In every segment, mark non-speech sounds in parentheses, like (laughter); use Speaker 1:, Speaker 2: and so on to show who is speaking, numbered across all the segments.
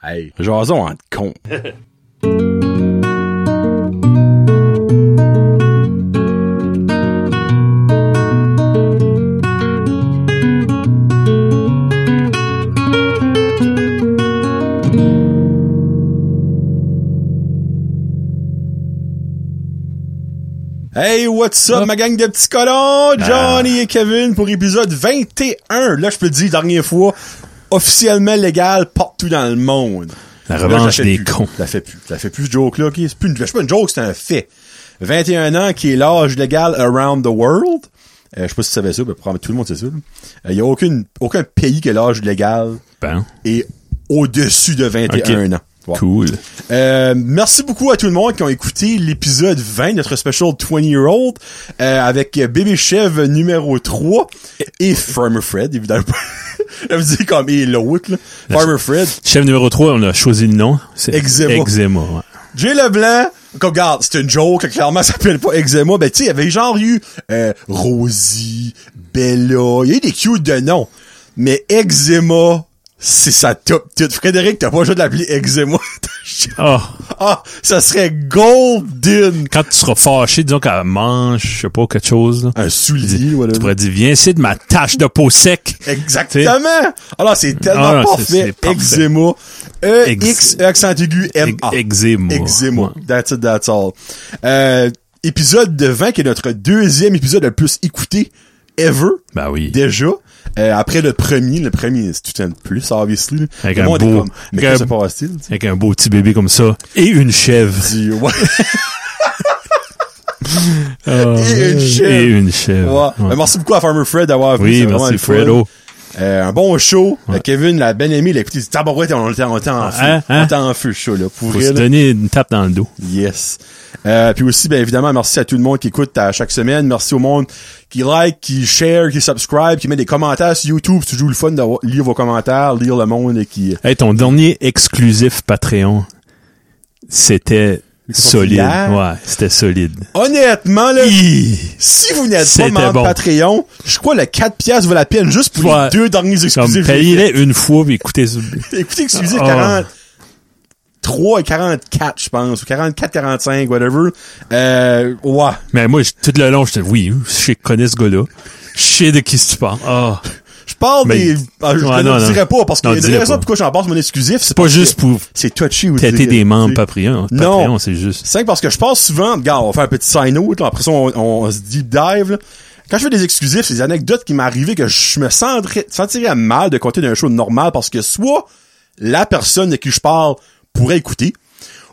Speaker 1: Hey, jason en con. Hey, what's up, ma gang de petits colons?
Speaker 2: Ah.
Speaker 1: Johnny et Kevin pour épisode 21. Là, je peux le dire, dernière fois, officiellement légal partout dans le monde.
Speaker 2: La
Speaker 1: Là,
Speaker 2: revanche
Speaker 1: je la fais
Speaker 2: des
Speaker 1: plus.
Speaker 2: cons.
Speaker 1: Je La fait plus. Je La fait plus, ce joke-là. ok? C'est plus une, c'est pas une joke, c'est un fait. 21 ans, qui est l'âge légal around the world. Euh, je sais pas si tu savais ça, mais probablement tout le monde sait ça. Il y a aucune, aucun pays que l'âge légal
Speaker 2: Ben,
Speaker 1: est au-dessus de 21 ans. Ouais.
Speaker 2: cool.
Speaker 1: Euh, merci beaucoup à tout le monde qui ont écouté l'épisode 20, notre special 20 year old, euh, avec euh, Bébé Chev numéro 3 et Farmer Fred, évidemment. (laughs) Je me dis comme, et l'autre, là. Farmer Fred.
Speaker 2: Chef numéro 3, on a choisi le nom. C'est
Speaker 1: Eczéma.
Speaker 2: Eczéma, ouais.
Speaker 1: Jay Leblanc, comme, regarde, c'est une joke, clairement, ça s'appelle pas Eczema. Ben, tu sais, il y avait genre eu, euh, Rosie, Bella, il y a eu des cute de noms. Mais Eczema, c'est sa top titre. Frédéric, t'as pas joué de l'appeler Eczema.
Speaker 2: Ah,
Speaker 1: (laughs) ah, ça serait Golden.
Speaker 2: quand tu seras fâché, disons qu'elle mange, je sais pas, quelque chose, là,
Speaker 1: Un soulier,
Speaker 2: tu
Speaker 1: whatever.
Speaker 2: pourrais dire, viens ici de ma tache de peau sec.
Speaker 1: Exactement! Alors, c'est tellement
Speaker 2: Ah, c'est-
Speaker 1: parfait.
Speaker 2: c'est parfait.
Speaker 1: Eczéma. E,
Speaker 2: Ex-
Speaker 1: X, accent aigu, M, A.
Speaker 2: Eczéma.
Speaker 1: Eczéma.
Speaker 2: Ouais.
Speaker 1: That's it, that's all. Euh, épisode de 20, qui est notre deuxième épisode le plus écouté ever.
Speaker 2: Ben oui.
Speaker 1: Déjà. Euh, après le premier, le premier, c'est tout un de plus, obviously. là.
Speaker 2: Avec
Speaker 1: Le
Speaker 2: un
Speaker 1: monde est
Speaker 2: beau-
Speaker 1: comme, mais
Speaker 2: avec
Speaker 1: qu'est-ce qui
Speaker 2: un-
Speaker 1: se passe-t-il? tu sais?
Speaker 2: Avec un beau petit bébé comme ça. Et une chèvre. (laughs)
Speaker 1: Dis, ouais.
Speaker 2: Ah,
Speaker 1: Et une chèvre.
Speaker 2: Et une chèvre.
Speaker 1: Ouais.
Speaker 2: Ouais.
Speaker 1: Euh, merci beaucoup à Farmer Fred d'avoir venu.
Speaker 2: Oui,
Speaker 1: c'est vraiment
Speaker 2: merci
Speaker 1: le fun.
Speaker 2: Fredo.
Speaker 1: Euh, un bon show. Euh, Kevin l'a bien aimé. Il a écouté. Il dit, Tabarouette, on était on était en feu.
Speaker 2: hein,
Speaker 1: On
Speaker 2: hein.
Speaker 1: était en feu, le show, là. Pour
Speaker 2: Faut
Speaker 1: elle.
Speaker 2: se donner une tape dans le dos.
Speaker 1: Yes. Euh, puis aussi, bien évidemment, merci à tout le monde qui écoute à chaque semaine. Merci au monde qui like, qui share, qui subscribe, qui met des commentaires sur YouTube. C'est toujours le fun de lire vos commentaires, lire le monde et qui...
Speaker 2: Hey, ton dernier exclusif Patreon, c'était solide.
Speaker 1: hier?
Speaker 2: Ouais, c'était solide.
Speaker 1: Honnêtement, là,
Speaker 2: Hi.
Speaker 1: si vous n'êtes pas
Speaker 2: C'était
Speaker 1: membre
Speaker 2: bon.
Speaker 1: Patreon, je crois que le 4 piastres vaut la peine juste pour
Speaker 2: Ouais.
Speaker 1: les deux derniers
Speaker 2: Comme
Speaker 1: exclusifs.
Speaker 2: payez-les une fois puis écoutez
Speaker 1: Écoutez, exclusif
Speaker 2: Ah.
Speaker 1: 43 et 44, je pense, ou 44, 45, whatever. Euh, ouais.
Speaker 2: Mais moi, je- tout le long, j'étais oui, je connais ce gars-là. Je sais de qui tu parles. Ah,
Speaker 1: Je parle
Speaker 2: Mais-
Speaker 1: des... Ah, je
Speaker 2: Ouais,
Speaker 1: ne
Speaker 2: non,
Speaker 1: le
Speaker 2: non.
Speaker 1: dirai pas, parce qu'il
Speaker 2: Non,
Speaker 1: y a des
Speaker 2: dis-le
Speaker 1: raisons
Speaker 2: pas.
Speaker 1: pourquoi j'en passe mon exclusif. C'est
Speaker 2: pas
Speaker 1: parce
Speaker 2: juste
Speaker 1: que-
Speaker 2: pour
Speaker 1: c'est touché ou
Speaker 2: têter
Speaker 1: dire,
Speaker 2: des membres
Speaker 1: tu sais.
Speaker 2: Patreon.
Speaker 1: Non.
Speaker 2: Patreon, c'est juste.
Speaker 1: C'est parce que je pense souvent, regarde, on va faire un petit sign out, là, après ça on, on se deep dive. là. Quand je fais des exclusifs, c'est des anecdotes qui m'est arrivé que je me sentirais, sentirais mal de compter d'un show normal parce que soit la personne de qui je parle pourrait écouter,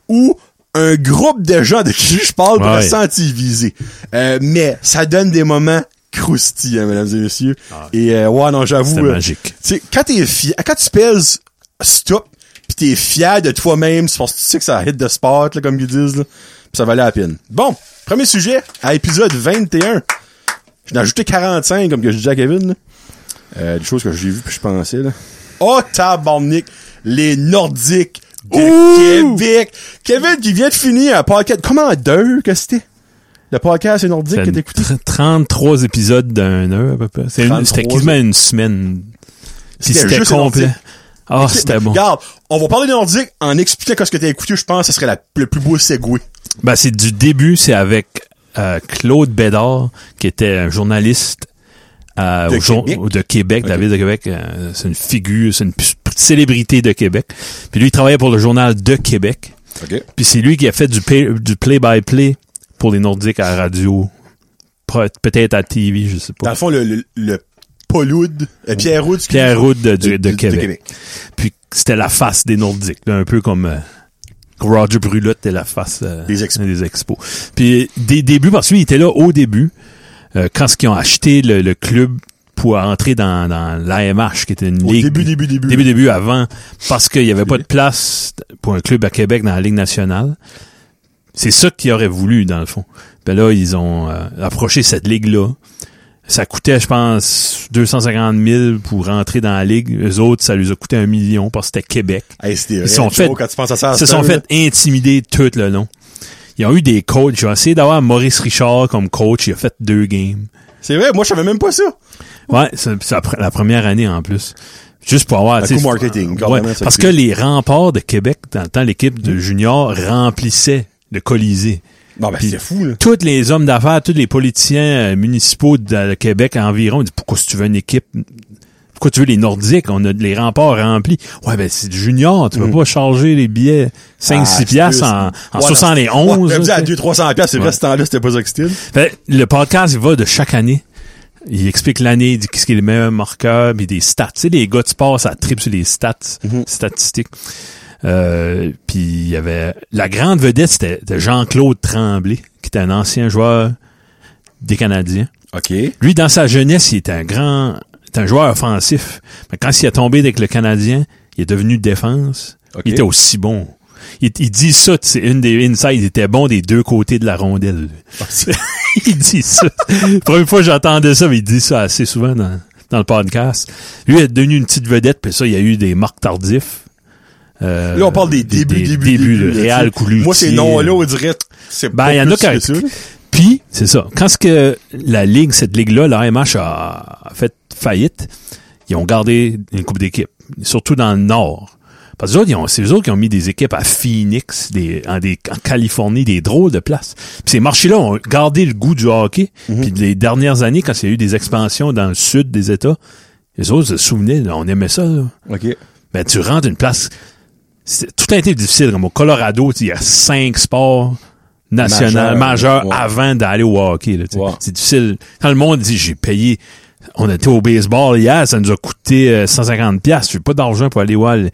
Speaker 1: ou un groupe de gens de qui je parle pourrait
Speaker 2: Ouais.
Speaker 1: se sentir visé. Euh, mais ça donne des moments croustillants, mesdames et messieurs. Et euh, ouais, non, j'avoue.
Speaker 2: C'était
Speaker 1: euh,
Speaker 2: Ah. magique.
Speaker 1: tu sais, quand t'es fier, quand tu pèses stop, pis t'es fier de toi-même, c'est parce que tu sais que ça hit de spot, là, comme ils disent, là, pis ça valait la peine. Bon, premier sujet, à épisode 21. J'en ai ajouté 45, comme que je disais à Kevin, là. Euh, des choses que j'ai vues pis je pensais, là. Oh, tabarnak! Les Nordiques de
Speaker 2: Ouh!
Speaker 1: Québec! Kevin, qui vient de finir un podcast, comment deux que c'était? Le podcast, c'est Nordique que
Speaker 2: C'était
Speaker 1: t'écoutais?
Speaker 2: tr- 33 épisodes d'un heure à peu près. C'est une-
Speaker 1: 33.
Speaker 2: C'était quasiment une semaine. Puis
Speaker 1: C'était
Speaker 2: c'était
Speaker 1: juste
Speaker 2: complet.
Speaker 1: identique.
Speaker 2: Ah, c'était bon.
Speaker 1: Regarde, on va parler des Nordiques en expliquant qu'est-ce que t'as écouté, je pense que ce serait la- le plus beau segway.
Speaker 2: Ben, c'est du début, c'est avec euh, Claude Bédard, qui était un journaliste euh,
Speaker 1: De
Speaker 2: au jour-
Speaker 1: Québec?
Speaker 2: au- de Québec, de la
Speaker 1: Ok.
Speaker 2: ville de Québec. Euh, c'est une figure, c'est une p- célébrité de Québec. Puis lui, il travaillait pour le journal de Québec.
Speaker 1: OK.
Speaker 2: Puis c'est lui qui a fait du pay- du play-by-play pour les Nordiques à la radio. Pe- Peut-être à la TV, je sais
Speaker 1: Dans
Speaker 2: pas.
Speaker 1: le fond, le, le, le Pauloud, euh, Pierre Roud, excuse-
Speaker 2: Pierre Roud de, du- de Québec. Puis c'était la face des Nordiques, là, un peu comme euh, Roger Brulotte était la face euh,
Speaker 1: Des Expos.
Speaker 2: des Expos. Puis des débuts, parce que lui, il était là au début, euh, quand ce qu'ils ont acheté le, le club pour entrer dans, dans l'AMH, qui était une
Speaker 1: Au
Speaker 2: ligue.
Speaker 1: début, début, début.
Speaker 2: Mm-hmm. début, début, avant, parce qu'il n'y avait pas de place pour un club à Québec dans la Ligue nationale. C'est ça qu'ils auraient voulu, dans le fond. Ben là, ils ont euh, approché cette ligue-là. Ça coûtait, je pense, 250 000 pour rentrer dans la ligue. Eux autres, ça les a coûté un million parce que c'était Québec.
Speaker 1: Hey, c'était
Speaker 2: Ils
Speaker 1: vrai,
Speaker 2: sont
Speaker 1: Joe,
Speaker 2: fait-
Speaker 1: Quand tu penses à ça, à
Speaker 2: Ils se
Speaker 1: ça,
Speaker 2: sont
Speaker 1: là.
Speaker 2: fait intimider tout le long. Ils ont eu des coachs. J'ai essayé d'avoir Maurice Richard comme coach. Il a fait deux games.
Speaker 1: C'est vrai, moi, je savais même pas ça.
Speaker 2: Ouais, c'est c'est la, pr- la première année en plus. Juste pour avoir...
Speaker 1: Un
Speaker 2: tu sais,
Speaker 1: coup marketing,
Speaker 2: ouais,
Speaker 1: carrément, ça
Speaker 2: parce
Speaker 1: coûte.
Speaker 2: que les remparts de Québec, dans le temps, l'équipe de junior remplissait le Colisée.
Speaker 1: Non, ben,
Speaker 2: Puis-
Speaker 1: c'est fou, là.
Speaker 2: Tous les hommes d'affaires, tous les politiciens euh, municipaux de Québec environ, ils disent, pourquoi si tu veux une équipe... Pourquoi tu veux les Nordiques? On a les remparts remplis. Ouais, ben, c'est du junior. Tu peux pas charger les billets
Speaker 1: Mm.
Speaker 2: 5-6
Speaker 1: Ah,
Speaker 2: piastres
Speaker 1: c'est-
Speaker 2: en, en
Speaker 1: Ouais, non,
Speaker 2: 71.
Speaker 1: ouais,
Speaker 2: là,
Speaker 1: j'aime dire, à
Speaker 2: tu sais.
Speaker 1: 200-300$, piastres, c'est vrai,
Speaker 2: Ouais.
Speaker 1: ce temps-là, c'était pas ça que c'était.
Speaker 2: Fait, Ben, le podcast, il va de chaque année. Il explique l'année, il dit qu'est-ce qui est le meilleur marqueur, puis des stats. Tu sais, les gars de sport, ça tripe sur les stats, statistiques. Euh, puis il y avait... La grande vedette, c'était c'était Jean-Claude Tremblay, qui était un ancien joueur des Canadiens.
Speaker 1: OK.
Speaker 2: Lui, dans sa jeunesse, il était un grand... était un joueur offensif. Mais quand il est tombé avec le Canadien, il est devenu défense.
Speaker 1: OK.
Speaker 2: Il était aussi bon. Il, il dit ça, c'est une des insides, il était bon des deux côtés de la rondelle.
Speaker 1: Ah,
Speaker 2: (laughs) il dit ça. Première fois que j'entendais ça, mais il dit ça assez souvent dans, dans le podcast. Lui il est devenu une petite vedette, puis ça, il y a eu des marques tardifs. Euh,
Speaker 1: Là, on parle des débuts, débuts,
Speaker 2: débuts, le
Speaker 1: là,
Speaker 2: Réal,
Speaker 1: tu sais.
Speaker 2: Coulutier.
Speaker 1: Moi, ces noms-là, on dirait, c'est
Speaker 2: euh. Ben,
Speaker 1: pas
Speaker 2: il y en a
Speaker 1: plus que
Speaker 2: qui-
Speaker 1: ça, là.
Speaker 2: Puis, c'est ça. Quand ce que la ligue, cette ligue-là, la MH a a fait faillite, ils ont gardé une coupe d'équipe, surtout dans le Nord. Parce que eux autres, ils ont- c'est eux autres qui ont mis des équipes à Phoenix, des, en, des, en Californie, des drôles de places. Puis ces marchés-là ont gardé le goût du hockey. Puis les dernières années, quand il y a eu des expansions dans le sud des États, les autres se souvenaient, là, on aimait ça. là.
Speaker 1: OK.
Speaker 2: Ben, tu rentres une place. c'est- Tout a été difficile. Comme au Colorado, tu sais, il y a cinq sports nationaux
Speaker 1: Majeurs,
Speaker 2: majeurs
Speaker 1: ouais.
Speaker 2: avant d'aller au hockey. là, tu sais.
Speaker 1: Ouais.
Speaker 2: C'est difficile. Quand le monde dit j'ai payé, on était au baseball hier, ça nous a coûté euh, 150 pièces. J'ai pas d'argent pour aller voir le-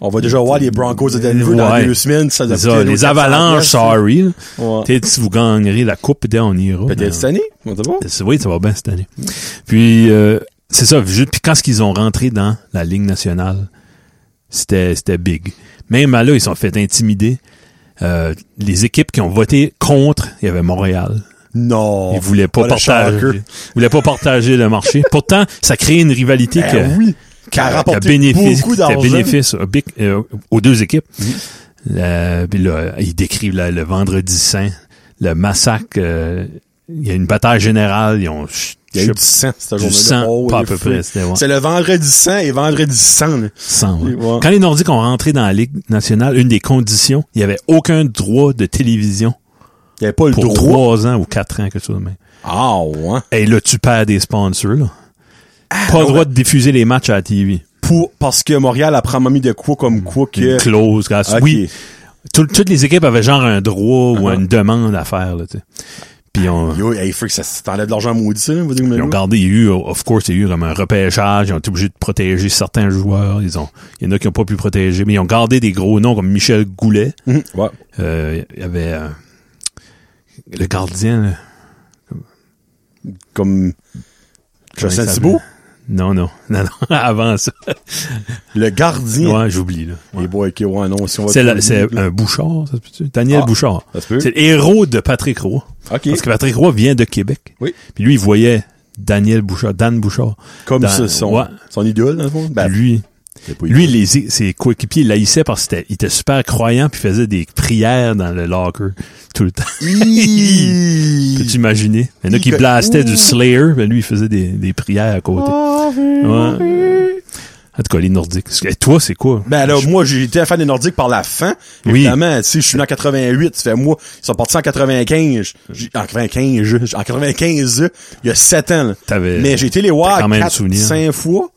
Speaker 1: On va déjà voir les Broncos de Denver dans
Speaker 2: Ouais.
Speaker 1: deux semaines. Ça doit
Speaker 2: les,
Speaker 1: coûter
Speaker 2: les
Speaker 1: d'autres
Speaker 2: avalanches,
Speaker 1: 400
Speaker 2: sorry. là.
Speaker 1: Ouais.
Speaker 2: Peut-être si vous gagnerez la coupe, peut-être on ira.
Speaker 1: Peut-être cette année, on va voir.
Speaker 2: C'est- Oui, ça va bien cette année. Puis, euh, c'est ça. Juste, puis quand ce qu'ils ont rentré dans la Ligue nationale, c'était, c'était big. Même à là, ils se sont fait intimider. Euh, les équipes qui ont voté contre, il y avait Montréal.
Speaker 1: Non.
Speaker 2: Ils voulaient pas,
Speaker 1: Voilà,
Speaker 2: partager,
Speaker 1: Shocker.
Speaker 2: ils voulaient pas partager le marché. Pourtant, ça crée une rivalité
Speaker 1: Ben
Speaker 2: qui a-
Speaker 1: oui.
Speaker 2: Euh, qui
Speaker 1: Qui
Speaker 2: a
Speaker 1: a rapporté
Speaker 2: bénéfice,
Speaker 1: beaucoup
Speaker 2: qui a
Speaker 1: d'argent.
Speaker 2: bénéfice au big- euh, aux deux équipes. Euh, puis là, ils décrivent là, le vendredi saint, le massacre. euh, il y a une bataille générale. Ils ont,
Speaker 1: Il y a eu du sang, cette
Speaker 2: du
Speaker 1: journée-là.
Speaker 2: sang,
Speaker 1: Oh,
Speaker 2: pas à
Speaker 1: les
Speaker 2: peu
Speaker 1: fruits.
Speaker 2: près, c'était, ouais.
Speaker 1: C'est le vendredi sang et vendredi sang, là.
Speaker 2: Sans, ouais.
Speaker 1: Ouais.
Speaker 2: Quand les Nordiques ont rentré dans la Ligue nationale, une des conditions, il n'y avait aucun droit de télévision
Speaker 1: Il n'y avait pas le
Speaker 2: pour
Speaker 1: droit.
Speaker 2: trois ans ou quatre ans, quelque chose de même.
Speaker 1: Ah, ouais.
Speaker 2: Et là, tu perds des sponsors. Là. pas le
Speaker 1: ouais.
Speaker 2: droit de diffuser les matchs à la TV.
Speaker 1: Pour, parce que Montréal a promis de quoi comme quoi
Speaker 2: Une
Speaker 1: que. Ah,
Speaker 2: clause. gars.
Speaker 1: Ok.
Speaker 2: Oui, tout- toutes les équipes avaient genre un droit
Speaker 1: Uh-huh.
Speaker 2: ou une demande à faire. Là, tu sais. Puis on,
Speaker 1: Yo, hey, Frick, ça ça t'enlève de l'argent maudit, ça, là, vous dites,
Speaker 2: Ils
Speaker 1: mais
Speaker 2: ont
Speaker 1: non.
Speaker 2: gardé, il y a eu, of course, il y a eu comme un repêchage, ils ont été obligés de protéger certains joueurs, ils ont, il y en a qui n'ont pas pu protéger, mais ils ont gardé des gros noms comme Michel Goulet,
Speaker 1: Mhm. Ouais.
Speaker 2: euh, il y avait euh, le gardien, là.
Speaker 1: Comme.
Speaker 2: Comment il
Speaker 1: Justin
Speaker 2: s'appelait?
Speaker 1: Thibault?
Speaker 2: Non, non, (laughs) non, non, avant ça.
Speaker 1: Le gardien.
Speaker 2: Ouais, j'oublie, là. Ouais.
Speaker 1: Les boys, ok, ouais, non, si on va.
Speaker 2: C'est la- c'est un Bouchard, ça se peut-tu? Daniel
Speaker 1: Ah,
Speaker 2: Bouchard.
Speaker 1: ça se peut.
Speaker 2: C'est le héros de Patrick Roy.
Speaker 1: Ok.
Speaker 2: Parce que Patrick Roy vient de Québec.
Speaker 1: Oui.
Speaker 2: Puis lui, il voyait Daniel Bouchard, Dan Bouchard.
Speaker 1: Comme
Speaker 2: Dans-
Speaker 1: ça, son,
Speaker 2: ouais.
Speaker 1: son idole, dans le fond. Ben,
Speaker 2: lui,
Speaker 1: c'est pas
Speaker 2: Lui, les, ses coéquipiers l'haïssaient parce qu'il était super croyant puis faisait des prières dans le locker tout le temps.
Speaker 1: Hi.
Speaker 2: Peux-tu imaginer? Il y en a qui
Speaker 1: Il-
Speaker 2: blastaient du Slayer, mais lui, il faisait des, des prières à côté. Ouais. En tout cas, les Nordiques. Et toi, c'est quoi?
Speaker 1: Ben là, moi, j'ai été fan des Nordiques par la fin.
Speaker 2: Oui.
Speaker 1: Évidemment, tu sais, je suis né en 88. Ça fait moi, ils sont partis en 95.
Speaker 2: Euh.
Speaker 1: J'ai- En 95, je- en 95, il y a 7 ans. là.
Speaker 2: T'avais-
Speaker 1: Mais j'ai été les
Speaker 2: t'as
Speaker 1: voir
Speaker 2: quand même
Speaker 1: 4,
Speaker 2: souvenir.
Speaker 1: 5 fois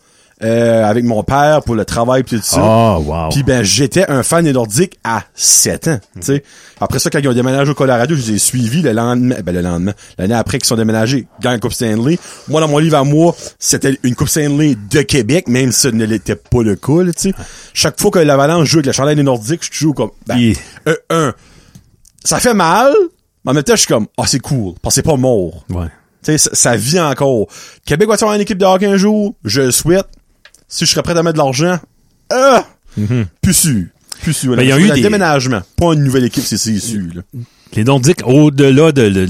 Speaker 1: euh, avec mon père pour le travail pis tout ça.
Speaker 2: Ah, wow.
Speaker 1: Puis ben j'étais un fan des Nordiques à 7 ans, tu sais. Après ça quand ils ont déménagé au Colorado, je les ai suivis le lendemain, ben le lendemain, l'année après qu'ils sont déménagés, gagne la Coupe Stanley. Moi dans mon livre à moi, c'était une Coupe Stanley de Québec, même si ce ne l'était pas le cas, là, tu sais. Chaque fois que l'Avalanche joue avec la Charlotte des Nordiques, je joue comme ben,
Speaker 2: Yeah.
Speaker 1: un, un. ça fait mal, mais en même temps je suis comme ah c'est cool, parce que c'est pas mort.
Speaker 2: Ouais.
Speaker 1: Tu sais, ça, ça vit encore. Québec va avoir une équipe de hockey un jour? Je le souhaite. Si je serais prêt à mettre de l'argent, ah! Plus sûr. Plus sûr.
Speaker 2: Mhm. Ben, il y a eu
Speaker 1: un
Speaker 2: des-
Speaker 1: déménagement. Pas une nouvelle équipe, c'est c'est sûr. là.
Speaker 2: Les Nordiques, au-delà de le-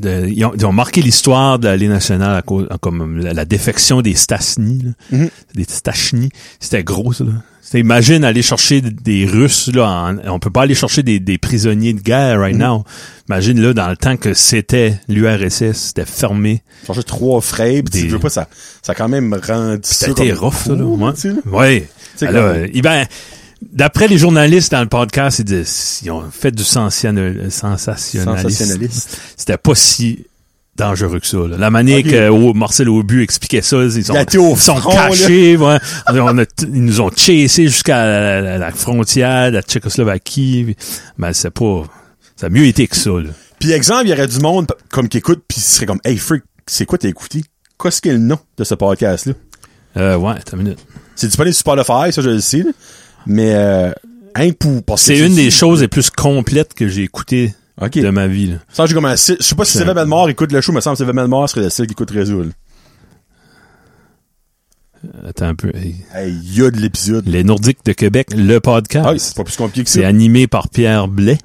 Speaker 2: de- ils, ont, ils ont marqué l'histoire de la Ligue nationale à cause, comme la, la défection des Stachny, là.
Speaker 1: Mhm.
Speaker 2: des Stachny. C'était gros, ça. Là. C'était, imagine aller chercher des Russes, là, en- on peut pas aller chercher des, des prisonniers de guerre
Speaker 1: Mhm.
Speaker 2: right now. Imagine, là, dans le temps que c'était l'URSS, c'était fermé.
Speaker 1: Changer trois frères, pis
Speaker 2: Des-
Speaker 1: tu veux pas, ça, ça a quand même rendu ça.
Speaker 2: C'était
Speaker 1: comme
Speaker 2: rough, ça, là.
Speaker 1: fou,
Speaker 2: Ouais.
Speaker 1: tu sais, là.
Speaker 2: Ouais.
Speaker 1: C'est
Speaker 2: Alors,
Speaker 1: comme-
Speaker 2: euh, eh ben, d'après les journalistes dans le podcast, ils disent, ils ont fait du sensationnel- sensationnalisme.
Speaker 1: Sensationnaliste.
Speaker 2: C'était pas si dangereux que ça. là. La manière
Speaker 1: Ok.
Speaker 2: que au- Marcel Aubu expliquait ça, ils ont,
Speaker 1: Il a été au
Speaker 2: ils sont
Speaker 1: front,
Speaker 2: cachés, ouais. On- on a t- ils nous ont chassés jusqu'à la, la- la frontière de la Tchécoslovaquie. Ben, c'est pas, ça a mieux été que ça, là.
Speaker 1: Puis exemple, il y aurait du monde p- comme qui écoute puis ce serait comme hey freak, c'est quoi t'as écouté Qu'est-ce qu'est le nom de ce podcast là
Speaker 2: Euh, ouais, attends une minute.
Speaker 1: C'est disponible sur Spotify, ça je le sais. là. Mais euh, hein, pour parce que
Speaker 2: C'est une des choses les plus complètes que j'ai écoutées
Speaker 1: OK.
Speaker 2: de ma vie, là.
Speaker 1: Ça j'ai comme un site- je sais pas si
Speaker 2: C'est-
Speaker 1: Sylvain Belmore écoute le show, mais ça me semble que Sylvain Belmore serait le seul qui écoute Réseau. là.
Speaker 2: Attends un peu. Hey.
Speaker 1: Hey, il y a de l'épisode.
Speaker 2: Les Nordiques de Québec, le
Speaker 1: Ah, c'est
Speaker 2: podcast.
Speaker 1: pas plus compliqué que ça.
Speaker 2: c'est animé par Pierre Blais.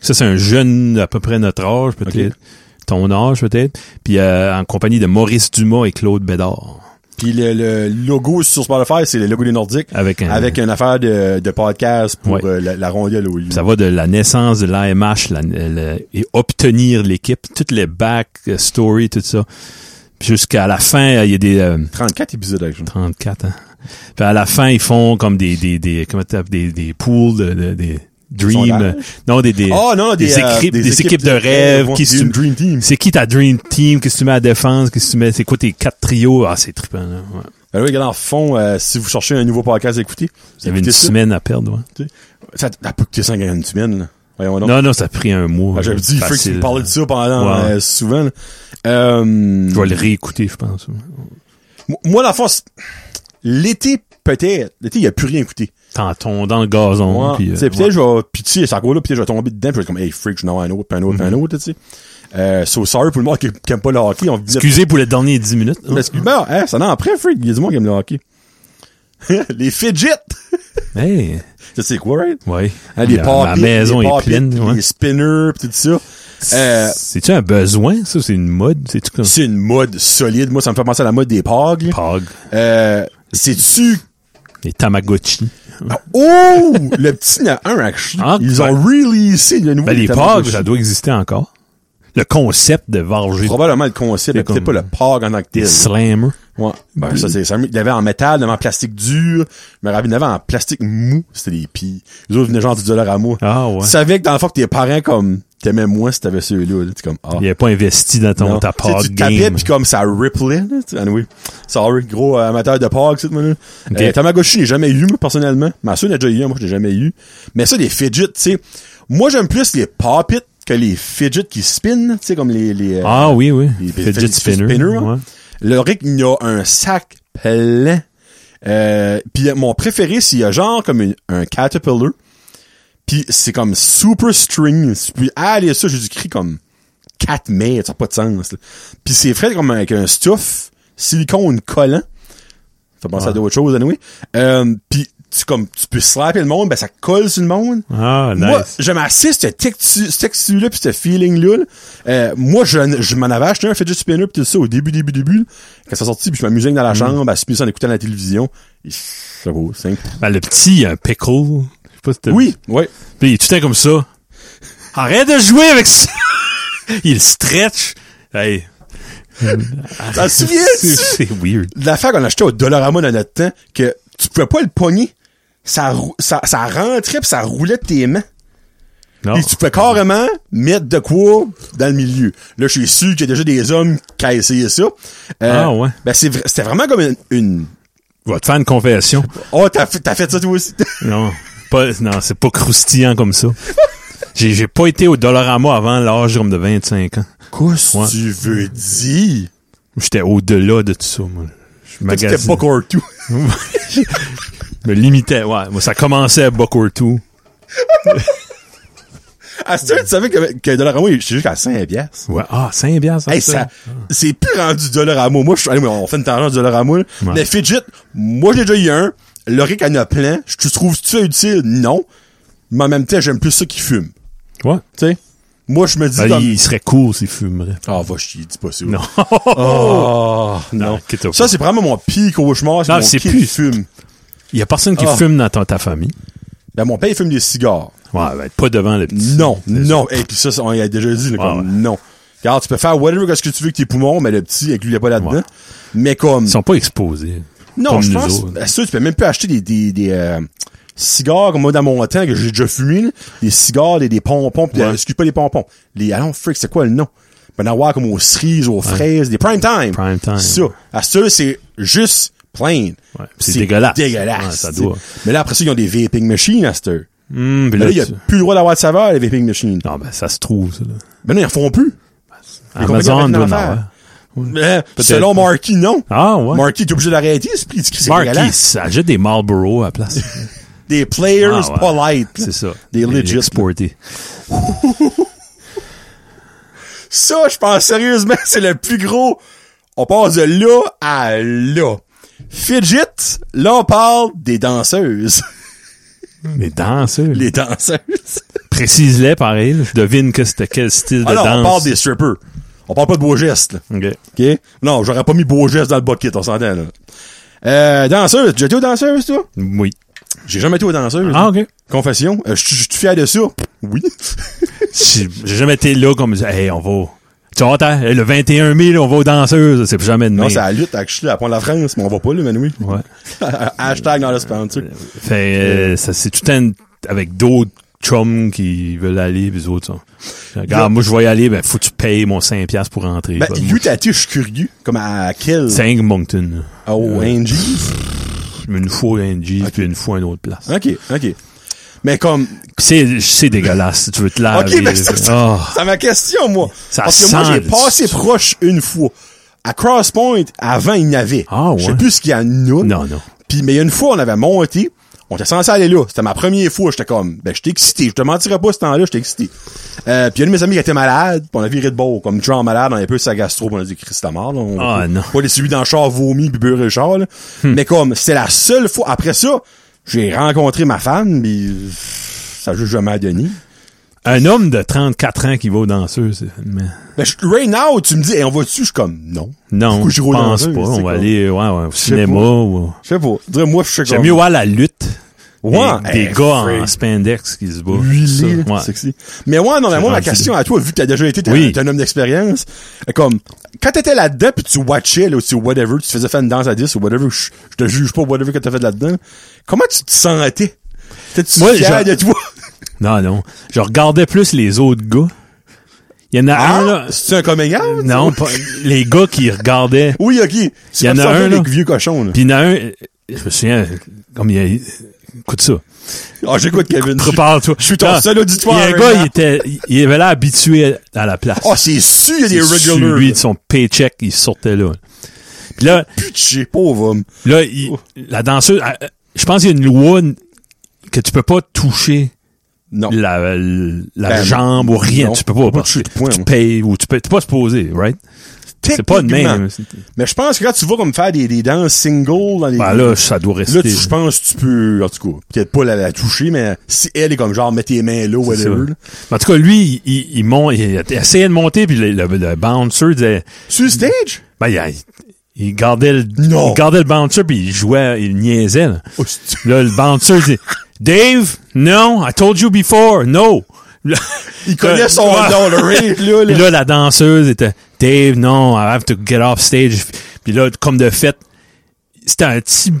Speaker 2: Ça, c'est un jeune à peu près notre âge, peut-être.
Speaker 1: Ok.
Speaker 2: Ton âge, peut-être. Puis euh, en compagnie de Maurice Dumas et Claude Bédard.
Speaker 1: Puis le, le logo sur Spotify, c'est le logo des Nordiques
Speaker 2: Avec un-
Speaker 1: avec une affaire de, de podcast pour
Speaker 2: Ah, Ouais.
Speaker 1: euh, la, la rondelle au lieu.
Speaker 2: Ça va de la naissance de l'AMH la- le- et obtenir l'équipe, toutes les back euh, story, tout ça. Puis jusqu'à la fin, euh, il y a des... euh,
Speaker 1: 34 épisodes avec ça.
Speaker 2: 34 hein. Puis à la fin, ils font comme des des des comment t'appelles- des des pools de, de- des dream
Speaker 1: Sondage?
Speaker 2: euh, non des des
Speaker 1: Ah, non, des, euh,
Speaker 2: équipes
Speaker 1: des
Speaker 2: des,
Speaker 1: équipes
Speaker 2: équipes, de
Speaker 1: de
Speaker 2: rêve
Speaker 1: rêve,
Speaker 2: qui
Speaker 1: des
Speaker 2: se-
Speaker 1: dream team.
Speaker 2: C'est qui ta dream team Qu'est-ce que tu mets à la défense Qu'est-ce que tu mets C'est quoi tes quatre trios Ah, c'est trippant. là, ouais.
Speaker 1: Ben oui, regarde, en fond, euh, si vous cherchez un nouveau podcast à écouter,
Speaker 2: Vous avez une
Speaker 1: écoutez ça.
Speaker 2: semaine à perdre. ouais.
Speaker 1: Ça n'a pas coûté 5 une semaine, là. Voyons donc.
Speaker 2: Non non, ça a pris un mois.
Speaker 1: Ah, J'avais
Speaker 2: ouais,
Speaker 1: dit, il faut
Speaker 2: facile. hein.
Speaker 1: qu'il parle de ça pendant
Speaker 2: Ouais.
Speaker 1: euh, souvent. là. Euh,
Speaker 2: Je vais le réécouter, je pense.
Speaker 1: mo- moi, dans le fond, c'est- l'été, peut-être, l'été, il a plus rien écouté.
Speaker 2: Tanton dans le gazon.
Speaker 1: Ouais.
Speaker 2: puis, euh,
Speaker 1: Tu sais,
Speaker 2: ouais.
Speaker 1: peut-être, je vais, puis tu sais, c'est encore là, puis je vais tomber dedans, puis je vais être comme, hey, freak, je vais en avoir un autre, puis un autre,
Speaker 2: Mhm.
Speaker 1: puis un autre, tu sais. Euh, so sorry pour le monde qui, qui aime pas le hockey. On dit,
Speaker 2: Excusez pour les dernières 10 minutes. hein.
Speaker 1: excuse-moi, hein, ça en après, freak, il y a du monde qui aime le hockey. (laughs) les fidgets!
Speaker 2: Hey,
Speaker 1: Tu sais quoi, right?
Speaker 2: ouais.
Speaker 1: Hein, les
Speaker 2: Ma- ma
Speaker 1: papiers,
Speaker 2: maison
Speaker 1: les
Speaker 2: est
Speaker 1: papiers,
Speaker 2: pleine. ouais.
Speaker 1: Les spinners, pis tout ça. Euh,
Speaker 2: C'est-tu un besoin, ça? C'est une mode? C'est-tu comme...
Speaker 1: c'est une mode solide. Moi, ça me fait penser à la mode des pogs. là.
Speaker 2: Pog,
Speaker 1: Euh, c'est-tu...
Speaker 2: les Tamagotchi.
Speaker 1: Ah, Oh! le petit na un, actually.
Speaker 2: Ah,
Speaker 1: Ils
Speaker 2: ouais.
Speaker 1: ont releasé le nouveau...
Speaker 2: Ben, les Pog,
Speaker 1: Tamagotchi.
Speaker 2: ça doit exister encore. Le concept de varger
Speaker 1: Probablement le concept, mais
Speaker 2: C'est
Speaker 1: peut-être pas
Speaker 2: comme-
Speaker 1: le pog en tant que
Speaker 2: des
Speaker 1: tel.
Speaker 2: slammers.
Speaker 1: Ouais. Ben, ça, c'est, ça, il l'avait en métal, il l'avait en plastique dur. Mais il l'avait en plastique mou. C'était des pis. Les autres venaient genre du dollar à moi.
Speaker 2: Ah ouais.
Speaker 1: Tu savais que dans le fond, que tes parents, comme, t'aimais moins si t'avais ceux-là. là. T'es comme, ah.
Speaker 2: Il avait pas investi dans ton,
Speaker 1: Non.
Speaker 2: ta
Speaker 1: Tu sais,
Speaker 2: Pog
Speaker 1: Tu tapais,
Speaker 2: game.
Speaker 1: puis comme ça ripplait. Là, tu- anyway, sorry, gros euh, amateur de Pog, cette là
Speaker 2: Ok.
Speaker 1: euh, Tamagotchi, j'ai jamais eu, moi, personnellement. Ma soeur, elle a déjà eu, un, moi, je l'ai jamais eu. Mais ça, les fidgets, tu sais. Moi, j'aime plus les pop-it que les fidgets qui spinent, tu sais, comme les... les euh,
Speaker 2: Ah oui, oui.
Speaker 1: les- les
Speaker 2: Fidget,
Speaker 1: fidget
Speaker 2: spinner.
Speaker 1: spinner, hein.
Speaker 2: ouais.
Speaker 1: le Rick, il y a un sac plein. Euh, puis euh, mon préféré, c'est il y a genre comme une- un caterpillar. Puis c'est comme super string. Si tu peux aller ça, j'ai du cri comme 4 mètres, ça n'a pas de sens. là. Puis c'est frais comme avec un stuff silicone collant. Ça pense à d'autres choses, anyway. Euh, puis tu comme tu peux slapper le monde, ben ça colle sur le monde.
Speaker 2: Ah, nice.
Speaker 1: Moi, je m'assiste cette textu- cette texture-là puis ce feeling-là. là. Euh, moi, je, je m'en avais acheté un fidget spinner puis tout ça au début, début, début. là. Quand ça sorti, puis je m'amusais dans
Speaker 2: Mm.
Speaker 1: la chambre à spinner en écoutant la télévision. Et C'est beau, c'est
Speaker 2: Ben, le petit, il y a un pickle. Je sais pas si t'as-
Speaker 1: Oui, oui.
Speaker 2: Puis il est tout le temps comme ça. Arrête de jouer avec ça! (laughs) il stretch. Hey.
Speaker 1: T'en
Speaker 2: Ah, (laughs) C'est
Speaker 1: souviens-tu?
Speaker 2: c'est weird.
Speaker 1: L'affaire qu'on achetait au Dollarama dans notre temps, que tu pouvais pas le pogner. Ça, rou- ça, ça rentrait puis ça roulait de tes mains.
Speaker 2: Non. Ah.
Speaker 1: Puis tu pouvais carrément mettre de quoi dans le milieu. Là, je suis sûr qu'il y a déjà des hommes qui ont essayé ça. Euh,
Speaker 2: Ah, ouais.
Speaker 1: Ben, c'est vrai- c'était vraiment comme une... une...
Speaker 2: Va te faire une confession.
Speaker 1: Oh, t'as fait, t'as fait ça toi aussi.
Speaker 2: Non, pas, non, c'est pas croustillant comme ça. J'ai, j'ai pas été au Dollarama avant l'âge comme de 25 ans.
Speaker 1: Qu'est-ce
Speaker 2: Ouais.
Speaker 1: (laughs) tu veux dire?
Speaker 2: J'étais au-delà de tout ça, moi. Je
Speaker 1: Toi, tu t'es
Speaker 2: magasinais.
Speaker 1: pas
Speaker 2: (laughs)
Speaker 1: cortou.
Speaker 2: Je me limitais, ouais. Moi, ça commençait à Buckortu.
Speaker 1: À ce temps, tu savais que, que Dollarama, c'est juste à 5 piastres.
Speaker 2: Ouais. Ah, 5 bières,
Speaker 1: Hey, ça, c'est plus rendu Dollarama. Moi, je suis, allez, on fait une tangente Dollarama, là.
Speaker 2: Ouais.
Speaker 1: Mais Fidget, moi, j'ai déjà eu un. L'oric en a plein. Je te trouve-tu ça utile? Non. Mais en même temps, j'aime plus ça qui fume.
Speaker 2: Ouais.
Speaker 1: Tu sais? Moi, je me dis...
Speaker 2: Ben,
Speaker 1: dans-
Speaker 2: Il serait court s'il fumerait.
Speaker 1: Ah, va chier, dis pas ça.
Speaker 2: Non.
Speaker 1: Oh,
Speaker 2: Non,
Speaker 1: non.
Speaker 2: inquiète-toi pas.
Speaker 1: Ça, c'est vraiment mon pire cauchemar.
Speaker 2: Non,
Speaker 1: mon
Speaker 2: c'est
Speaker 1: kid
Speaker 2: plus.
Speaker 1: fume.
Speaker 2: Il y a personne qui
Speaker 1: Ah.
Speaker 2: fume dans ta, ta famille.
Speaker 1: Ben, mon père, il fume des cigares.
Speaker 2: Ouais, ben, pas devant le petit.
Speaker 1: Non, non. Et puis ça, ça, on y a déjà dit, là,
Speaker 2: Ouais,
Speaker 1: comme,
Speaker 2: ouais.
Speaker 1: non. Car tu peux faire whatever que ce que tu veux avec tes poumons, mais le petit, avec lui, il est pas là-dedans.
Speaker 2: Ouais.
Speaker 1: Mais comme...
Speaker 2: Ils sont pas exposés.
Speaker 1: Non,
Speaker 2: Comme
Speaker 1: je
Speaker 2: nous
Speaker 1: pense.
Speaker 2: autres.
Speaker 1: à ça, tu peux même plus acheter des, des, des, euh, cigares comme moi dans mon temps que j'ai déjà fumé, là, des cigares, des, des pompons, pis,
Speaker 2: Ouais.
Speaker 1: euh, excuse pas les pompons. Les allons frick, c'est quoi le nom? Ben avoir comme aux cerises, aux fraises, des prime time.
Speaker 2: Prime time.
Speaker 1: Ça. À ça, là, c'est juste plain.
Speaker 2: Ouais, c'est dégueulasse.
Speaker 1: Dégueulasse.
Speaker 2: Ouais, ça doit.
Speaker 1: Mais là, après ça, ils ont des vaping machines à cette heure.
Speaker 2: Hum, ben
Speaker 1: Mais
Speaker 2: là,
Speaker 1: Hmm, là, il y a
Speaker 2: tu-
Speaker 1: plus le droit d'avoir de saveur, les vaping machines.
Speaker 2: Non, ben, ça se trouve, ça, là.
Speaker 1: Ben non, ils en font plus. Les compagnies
Speaker 2: Amazon
Speaker 1: arrêtent d'en
Speaker 2: doit en
Speaker 1: faire.
Speaker 2: avoir.
Speaker 1: Ben, selon Marky, non.
Speaker 2: Ah, ouais.
Speaker 1: Marky, t'es obligé d'arrêter, c'est plus- c'est
Speaker 2: Marquis,
Speaker 1: dégueulasse.
Speaker 2: ça jette des Marlboro à la place.
Speaker 1: (laughs) Des players
Speaker 2: Ah, ouais.
Speaker 1: polite.
Speaker 2: C'est ça.
Speaker 1: Des legit.
Speaker 2: Exportés.
Speaker 1: Ça, je pense sérieusement, (laughs) c'est le plus gros. On passe de là à là. Fidget, là, on parle des danseuses. (laughs)
Speaker 2: Les danseurs.
Speaker 1: Les danseuses.
Speaker 2: Précise-les, pareil. là. Je devine que c'était quel style de
Speaker 1: Ah non, on
Speaker 2: danse.
Speaker 1: parle des strippers. On parle pas de beaux gestes, là.
Speaker 2: Ok.
Speaker 1: OK? Non, j'aurais pas mis beaux gestes dans le bucket, on s'entend, là. Euh, danseuse. J'ai été aux danseuses, toi?
Speaker 2: Oui.
Speaker 1: J'ai jamais été aux danseuses.
Speaker 2: Ah, ok.
Speaker 1: Confession. Euh, je je- je suis fier de ça. Oui.
Speaker 2: J'ai j'ai jamais été là comme, hey, on va. Tu vois, attends, le 21 000, on va aux danseuses. C'est jamais de
Speaker 1: Non,
Speaker 2: même.
Speaker 1: c'est à la lutte, avec Chili, à Pont de la France, mais on va pas, là, mais oui.
Speaker 2: Ouais.
Speaker 1: (laughs) Hashtag dans le sponsor.
Speaker 2: Fait, euh, ça, c'est tout un, avec d'autres chums qui veulent aller, pis les autres, ça. Regarde, moi, je vais y aller, ben, faut que tu payes mon 5 piastres pour entrer.
Speaker 1: Ben,
Speaker 2: Ben, moi,
Speaker 1: Utah, je suis curieux. Comme à quel...
Speaker 2: 5 Moncton, là.
Speaker 1: Oh, Angie.
Speaker 2: Une fois à NG, puis une fois à une autre place.
Speaker 1: OK, OK. Mais comme...
Speaker 2: C'est, c'est dégueulasse. Tu veux te laver.
Speaker 1: OK, mais ça, ça-
Speaker 2: Ah.
Speaker 1: c'est ma question, moi.
Speaker 2: Ça
Speaker 1: Parce que moi,
Speaker 2: sent
Speaker 1: j'ai
Speaker 2: le-
Speaker 1: passé proche une fois. À Crosspoint, avant, il y en avait.
Speaker 2: Ah, ouais.
Speaker 1: Je sais plus ce qu'il y en a.
Speaker 2: Non, non.
Speaker 1: Puis, mais une fois, on avait monté. On était censé aller là. C'était ma première fois. J'étais comme, ben, j'étais excité. Je te mentirais pas ce temps-là, j'étais excité. Euh, puis, un de mes amis qui était malade. Puis, on a viré de bord. Comme John malade, on a un peu sa gastro. puis on a dit, Christ, mort, là. On-
Speaker 2: Ah, non. Hmm.
Speaker 1: Pas les suivis dans le char, vomi, puis beurre le char, là. Mais comme, c'était la seule fois. Après ça, j'ai rencontré ma femme, puis ça a juste jamais donné.
Speaker 2: Un homme de 34 ans qui va aux danseuses. c'est- mais-
Speaker 1: Ben, je, right now, tu me dis, hey, on va dessus? Je suis comme, non.
Speaker 2: Non,
Speaker 1: Pourquoi
Speaker 2: je
Speaker 1: j'irais aux
Speaker 2: pense pas.
Speaker 1: danseuses,
Speaker 2: On
Speaker 1: c'est
Speaker 2: va
Speaker 1: quoi?
Speaker 2: aller ouais, ouais, au
Speaker 1: sais
Speaker 2: cinéma.
Speaker 1: pas.
Speaker 2: ou-
Speaker 1: Je sais pas. Dirais, moi, je suis
Speaker 2: J'aime
Speaker 1: comme-
Speaker 2: mieux voir la lutte.
Speaker 1: Ouais.
Speaker 2: Des, des
Speaker 1: Hey,
Speaker 2: gars en
Speaker 1: freak.
Speaker 2: spandex qui se battent. Ça,
Speaker 1: Huilé,
Speaker 2: ouais.
Speaker 1: sexy. Mais ouais, non, mais moi, ma
Speaker 2: rendu
Speaker 1: question à toi, vu que t'as déjà été, t'es
Speaker 2: Oui.
Speaker 1: t'es un homme d'expérience, euh, comme, quand t'étais là-dedans, puis tu watchais, là, ou tu whatever, tu faisais faire une danse à 10, ou whatever, je je te juge pas, whatever que t'as fait là-dedans, comment tu te sentais? T'étais-tu
Speaker 2: Moi,
Speaker 1: fier
Speaker 2: je-
Speaker 1: de toi?
Speaker 2: Non, non. Je regardais plus les autres gars. Il y en a
Speaker 1: Ah!
Speaker 2: un, là.
Speaker 1: C'est un coming out?
Speaker 2: Ah! Non, pas- les gars qui regardaient.
Speaker 1: Oui, ok.
Speaker 2: Il y en a un, là.
Speaker 1: Avec vieux cochon, là.
Speaker 2: Puis il y en a un, je me souviens, comme il y a... Écoute ça.
Speaker 1: Ah, j'écoute Kevin.
Speaker 2: Prépare-toi.
Speaker 1: Je suis ton
Speaker 2: Ah,
Speaker 1: seul auditoire.
Speaker 2: Il y a un
Speaker 1: right
Speaker 2: gars,
Speaker 1: now.
Speaker 2: il était, il avait l'air habitué à la place.
Speaker 1: Ah, c'est sûr, il y a des regulars.
Speaker 2: Celui de son paycheck, il sortait là. Puis là,
Speaker 1: Pitié, pauvre homme.
Speaker 2: là, il-
Speaker 1: Oh.
Speaker 2: la danseuse, elle- je pense qu'il y a une loi que tu peux pas toucher
Speaker 1: Non.
Speaker 2: la, la
Speaker 1: Ben,
Speaker 2: jambe ou rien.
Speaker 1: non,
Speaker 2: tu peux
Speaker 1: tu peux
Speaker 2: pas.
Speaker 1: pas
Speaker 2: parce que
Speaker 1: toucher de poing,
Speaker 2: tu
Speaker 1: moi.
Speaker 2: payes ou tu peux. T'es pas supposé, right? C'est pas de
Speaker 1: Techniquement.
Speaker 2: même.
Speaker 1: Mais je pense que quand tu vas comme faire des, des danses singles dans les.
Speaker 2: Ben là, ça doit
Speaker 1: Là,
Speaker 2: rester.
Speaker 1: tu- je pense que tu peux, en tout cas, peut-être pas la, la toucher, mais si elle est comme genre, mets tes mains là,
Speaker 2: C'est
Speaker 1: whatever. là.
Speaker 2: ça. En tout cas, lui, il, il, il monte- il essayait de monter, puis le, le, le bouncer disait,
Speaker 1: Sur le
Speaker 2: (laughs)
Speaker 1: stage?
Speaker 2: Ben, il, il- il gardait le,
Speaker 1: Non.
Speaker 2: il gardait le bouncer puis il jouait, il niaisait, là.
Speaker 1: Oh, c'est-
Speaker 2: Là, le bouncer
Speaker 1: (laughs)
Speaker 2: dit, Dave, no, I told you before, no. Là,
Speaker 1: il connaît son
Speaker 2: (laughs) Ouais.
Speaker 1: nom, le rate, là,
Speaker 2: Puis
Speaker 1: là.
Speaker 2: là, la danseuse était, Dave, no, I have to get off stage. Puis là, comme de fait, c'était un petit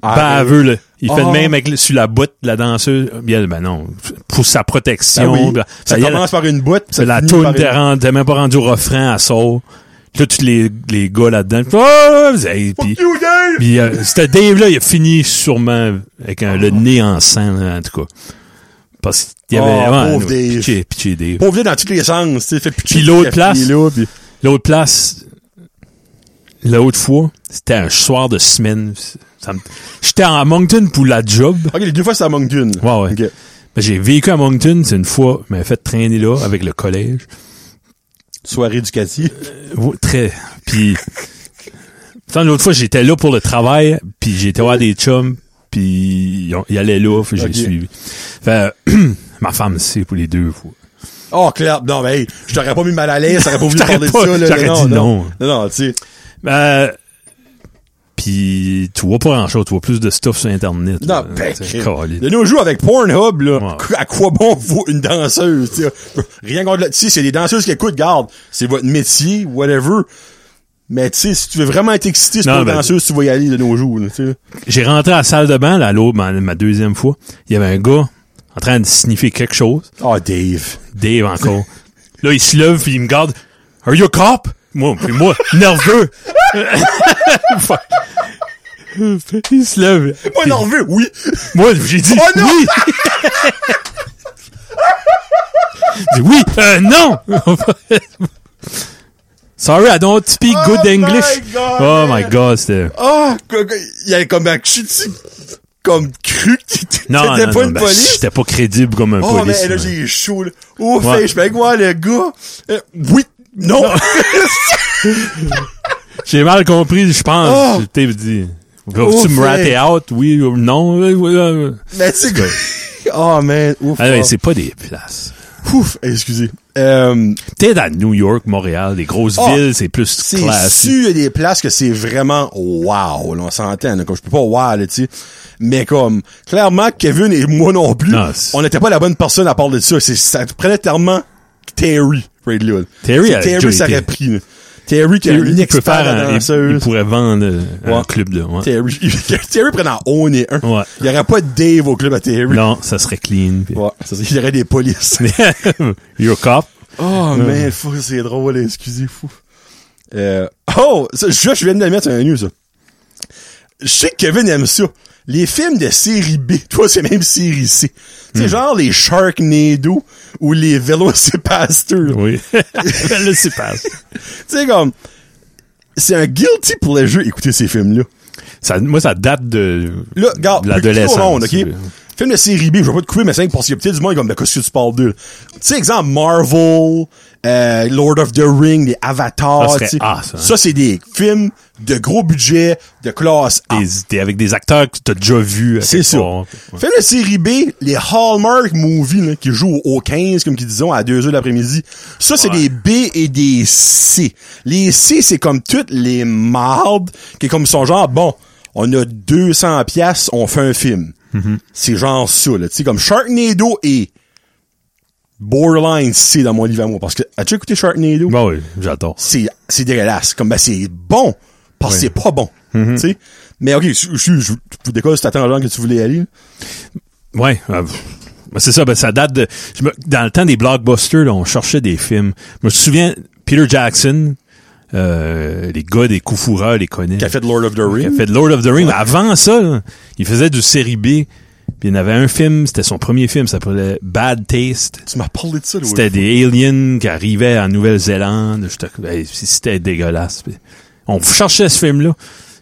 Speaker 1: Ah,
Speaker 2: baveux, là. Il fait
Speaker 1: Oh.
Speaker 2: ben, le même avec, le- sur la botte de la danseuse. Bien, ben non, pour sa
Speaker 1: Ah
Speaker 2: protection.
Speaker 1: oui.
Speaker 2: puis là,
Speaker 1: Ça
Speaker 2: y est,
Speaker 1: commence par une boîte, pis ça
Speaker 2: C'est la
Speaker 1: finit
Speaker 2: toune
Speaker 1: par
Speaker 2: t'es
Speaker 1: une...
Speaker 2: rendu- t'es même pas rendu au refrain à sort. Puis Là, tous les, les gars là-dedans. puis, Ah! Puis, hey, puis-
Speaker 1: You, Dave!
Speaker 2: puis, euh, c'était Dave-là, il a fini sûrement avec un-
Speaker 1: Ah.
Speaker 2: le nez en sang, là, en tout cas. Parce qu'il y avait...
Speaker 1: Oh,
Speaker 2: ouais,
Speaker 1: pauvre
Speaker 2: ouais,
Speaker 1: Dave.
Speaker 2: Pitié, pitié Dave.
Speaker 1: Pauvre vieux dans tous les sens, tu sais, fait pitié,
Speaker 2: Puis
Speaker 1: fait
Speaker 2: l'autre place?
Speaker 1: pitié là, pis-
Speaker 2: L'autre place, l'autre fois, c'était un soir de semaine. Ça me- J'étais à Moncton pour la job.
Speaker 1: Ok, les deux fois, c'est à Moncton.
Speaker 2: Ouais, ouais.
Speaker 1: Ok.
Speaker 2: Ben, J'ai vécu à Moncton, c'est une fois, je m'avais fait traîner là avec le collège.
Speaker 1: Soirée éducative.
Speaker 2: Ouais, Très. Puis, (laughs) putain, l'autre fois, j'étais là pour le travail, puis j'étais voir des chums, puis ils ont- ils allaient là, puis j'ai
Speaker 1: Ok.
Speaker 2: (clears throat) suivi. Fait, ma femme sait pour les deux fois.
Speaker 1: Oh, clair. Non, mais hey, je t'aurais pas mis mal à l'aise, t'aurais pas
Speaker 2: (laughs)
Speaker 1: voulu
Speaker 2: J'aurais
Speaker 1: parler de
Speaker 2: pas-
Speaker 1: ça. là.
Speaker 2: j'aurais
Speaker 1: non,
Speaker 2: dit
Speaker 1: non.
Speaker 2: non.
Speaker 1: Non, non, tu sais.
Speaker 2: Euh, puis tu vois pas grand-chose, tu vois plus de stuff sur Internet.
Speaker 1: Non,
Speaker 2: là.
Speaker 1: ben,
Speaker 2: Euh, C'est
Speaker 1: shit.
Speaker 2: calé.
Speaker 1: de nos jours avec Pornhub, là,
Speaker 2: Ouais.
Speaker 1: qu- à quoi bon vaut une danseuse? t'sais? Rien contre la... Si c'est des danseuses qui écoutent, garde, c'est votre métier, whatever. Mais tu sais, si tu veux vraiment être excité, c'est
Speaker 2: Non,
Speaker 1: pas une
Speaker 2: ben-
Speaker 1: danseuse, tu vas y aller de nos jours. Là, t'sais.
Speaker 2: J'ai rentré à la salle de bain, là, à l'autre, ma, ma deuxième fois. Il y avait un gars en train de signifier quelque chose.
Speaker 1: oh, Dave. (laughs)
Speaker 2: Dave encore. là, il se lève, puis il me garde. Are you a cop? Moi, puis moi, (laughs) nerveux. Fuck. il se lève.
Speaker 1: Moi,
Speaker 2: Puis-
Speaker 1: non, veux, oui.
Speaker 2: Moi, j'ai dit
Speaker 1: Oh non! (laughs)
Speaker 2: oui. j'ai dit oui, euh, non. (laughs) Sorry, I don't speak
Speaker 1: Oh
Speaker 2: good
Speaker 1: my
Speaker 2: English.
Speaker 1: God,
Speaker 2: oh
Speaker 1: man.
Speaker 2: my god, c'était
Speaker 1: Ah, quoi, quoi, il y avait comme un chutis, comme cru que t'étais
Speaker 2: non, non,
Speaker 1: pas
Speaker 2: non,
Speaker 1: une
Speaker 2: ben,
Speaker 1: police.
Speaker 2: J'étais pas crédible comme un
Speaker 1: oh,
Speaker 2: police.
Speaker 1: mais là,
Speaker 2: ben, là.
Speaker 1: j'ai chaud, là. Oh,
Speaker 2: Ouais.
Speaker 1: fait, je fais quoi, le gars? Euh, oui, non.
Speaker 2: J'ai mal compris, je pense.
Speaker 1: Oh.
Speaker 2: Je t'ai dit. Vas-tu
Speaker 1: fait.
Speaker 2: me rater out? Oui ou non? Oui, oui, oui.
Speaker 1: (laughs) mais tu sais, oh, man, ouf.
Speaker 2: Ah, ouais,
Speaker 1: oh.
Speaker 2: c'est pas des places.
Speaker 1: Pouf, excusez. Euh,
Speaker 2: Peut-être à New York, Montréal, des grosses
Speaker 1: Ah,
Speaker 2: villes, Oh, c'est plus
Speaker 1: c'est
Speaker 2: classe.
Speaker 1: sûr, il y a des places que c'est vraiment wow, là, on s'entend, là, comme je peux pas wow, là, tu sais. Mais comme, clairement, Kevin et moi non plus,
Speaker 2: Non, c'est-
Speaker 1: on n'était pas la bonne personne à parler de ça. C'est, ça prenait tellement Terry, Ray Lewis.
Speaker 2: Terry
Speaker 1: C'est
Speaker 2: a
Speaker 1: Terry,
Speaker 2: déjà
Speaker 1: ça
Speaker 2: été.
Speaker 1: aurait pris, là. Terry qui est
Speaker 2: Il,
Speaker 1: un
Speaker 2: il peut
Speaker 1: expert
Speaker 2: faire
Speaker 1: à
Speaker 2: un, il,
Speaker 1: danseuse.
Speaker 2: il pourrait vendre euh, un
Speaker 1: Ouais.
Speaker 2: club de. ouais.
Speaker 1: Terry, Terry (laughs) prenait en 1 et 1.
Speaker 2: Ouais.
Speaker 1: Il y aurait pas de Dave au club à Terry.
Speaker 2: Non, ça serait clean. puis-
Speaker 1: Ouais, c'est ça, il y aurait des polices.
Speaker 2: (laughs) You're a cop.
Speaker 1: Oh, man, fou, c'est drôle, excusez, fou. Euh, oh, ça, je, je viens de le mettre un news, ça. Je sais que Kevin aime ça. Les films de série B, (laughs) toi, c'est même série C. C'est genre les Sharknado ou les Velocipasters.
Speaker 2: (laughs) Oui. Là, c'est pas.
Speaker 1: Tu sais, comme, c'est un guilty pleasure écouter ces films-là.
Speaker 2: Ça, moi, ça date de.
Speaker 1: Là, regarde,
Speaker 2: de
Speaker 1: je vais expliquer au monde, ok?
Speaker 2: l'adolescence. euh,
Speaker 1: Film de série B, je vais pas te couper, mais c'est parce qu'il y a peut-être du monde comme, ben, qu'est-ce que tu parles d'eux? Tu sais, exemple, Marvel, euh, Lord of the Ring, les
Speaker 2: Ça
Speaker 1: Avatars,
Speaker 2: serait
Speaker 1: tu sais.
Speaker 2: A, ça, hein?
Speaker 1: c'est des films de gros budget, de classe A.
Speaker 2: Des- T'es avec des acteurs que t'as déjà vus. à
Speaker 1: C'est
Speaker 2: quelque
Speaker 1: ça.
Speaker 2: part. Ouais.
Speaker 1: Film de série B, les Hallmark movies, là, qui jouent au 15, comme qu'ils disons, à 2 heures de l'après-midi. Ça, c'est des
Speaker 2: Ouais.
Speaker 1: B et des C. Les C, c'est comme toutes les mardes, qui est comme son genre, bon, on a 200 piastres, on fait un film.
Speaker 2: Mm-hmm.
Speaker 1: C'est genre ça, là. Tu sais, comme Sharknado et Borderline C dans mon livre à moi. Parce que, as-tu écouté Sharknado?
Speaker 2: Bah oui, j'adore.
Speaker 1: c'est c'est dégueulasse comme ben c'est bon parce que c'est pas bon
Speaker 2: Mm-hmm.
Speaker 1: tu sais mais ok je je je vous décolle c'est à temps que tu voulais aller
Speaker 2: Ouais. euh, pff. Ben, c'est ça, ben, ça date de. je me- dans le temps des blockbusters, là, on cherchait des films. Je me souviens, Peter Jackson, euh, les gars des Koufoura les connaissent.
Speaker 1: qui a fait Lord of the
Speaker 2: Il a
Speaker 1: Rings
Speaker 2: fait Lord of the Rings. Mais Avant ça, là, il faisait du série B. Puis il y en avait un film, c'était son premier film, ça s'appelait Bad Taste.
Speaker 1: tu m'as parlé de ça
Speaker 2: C'était
Speaker 1: Louis
Speaker 2: des aliens qui arrivaient en Nouvelle-Zélande. J'étais- hey, C'était dégueulasse. Puis on cherchait ce film-là.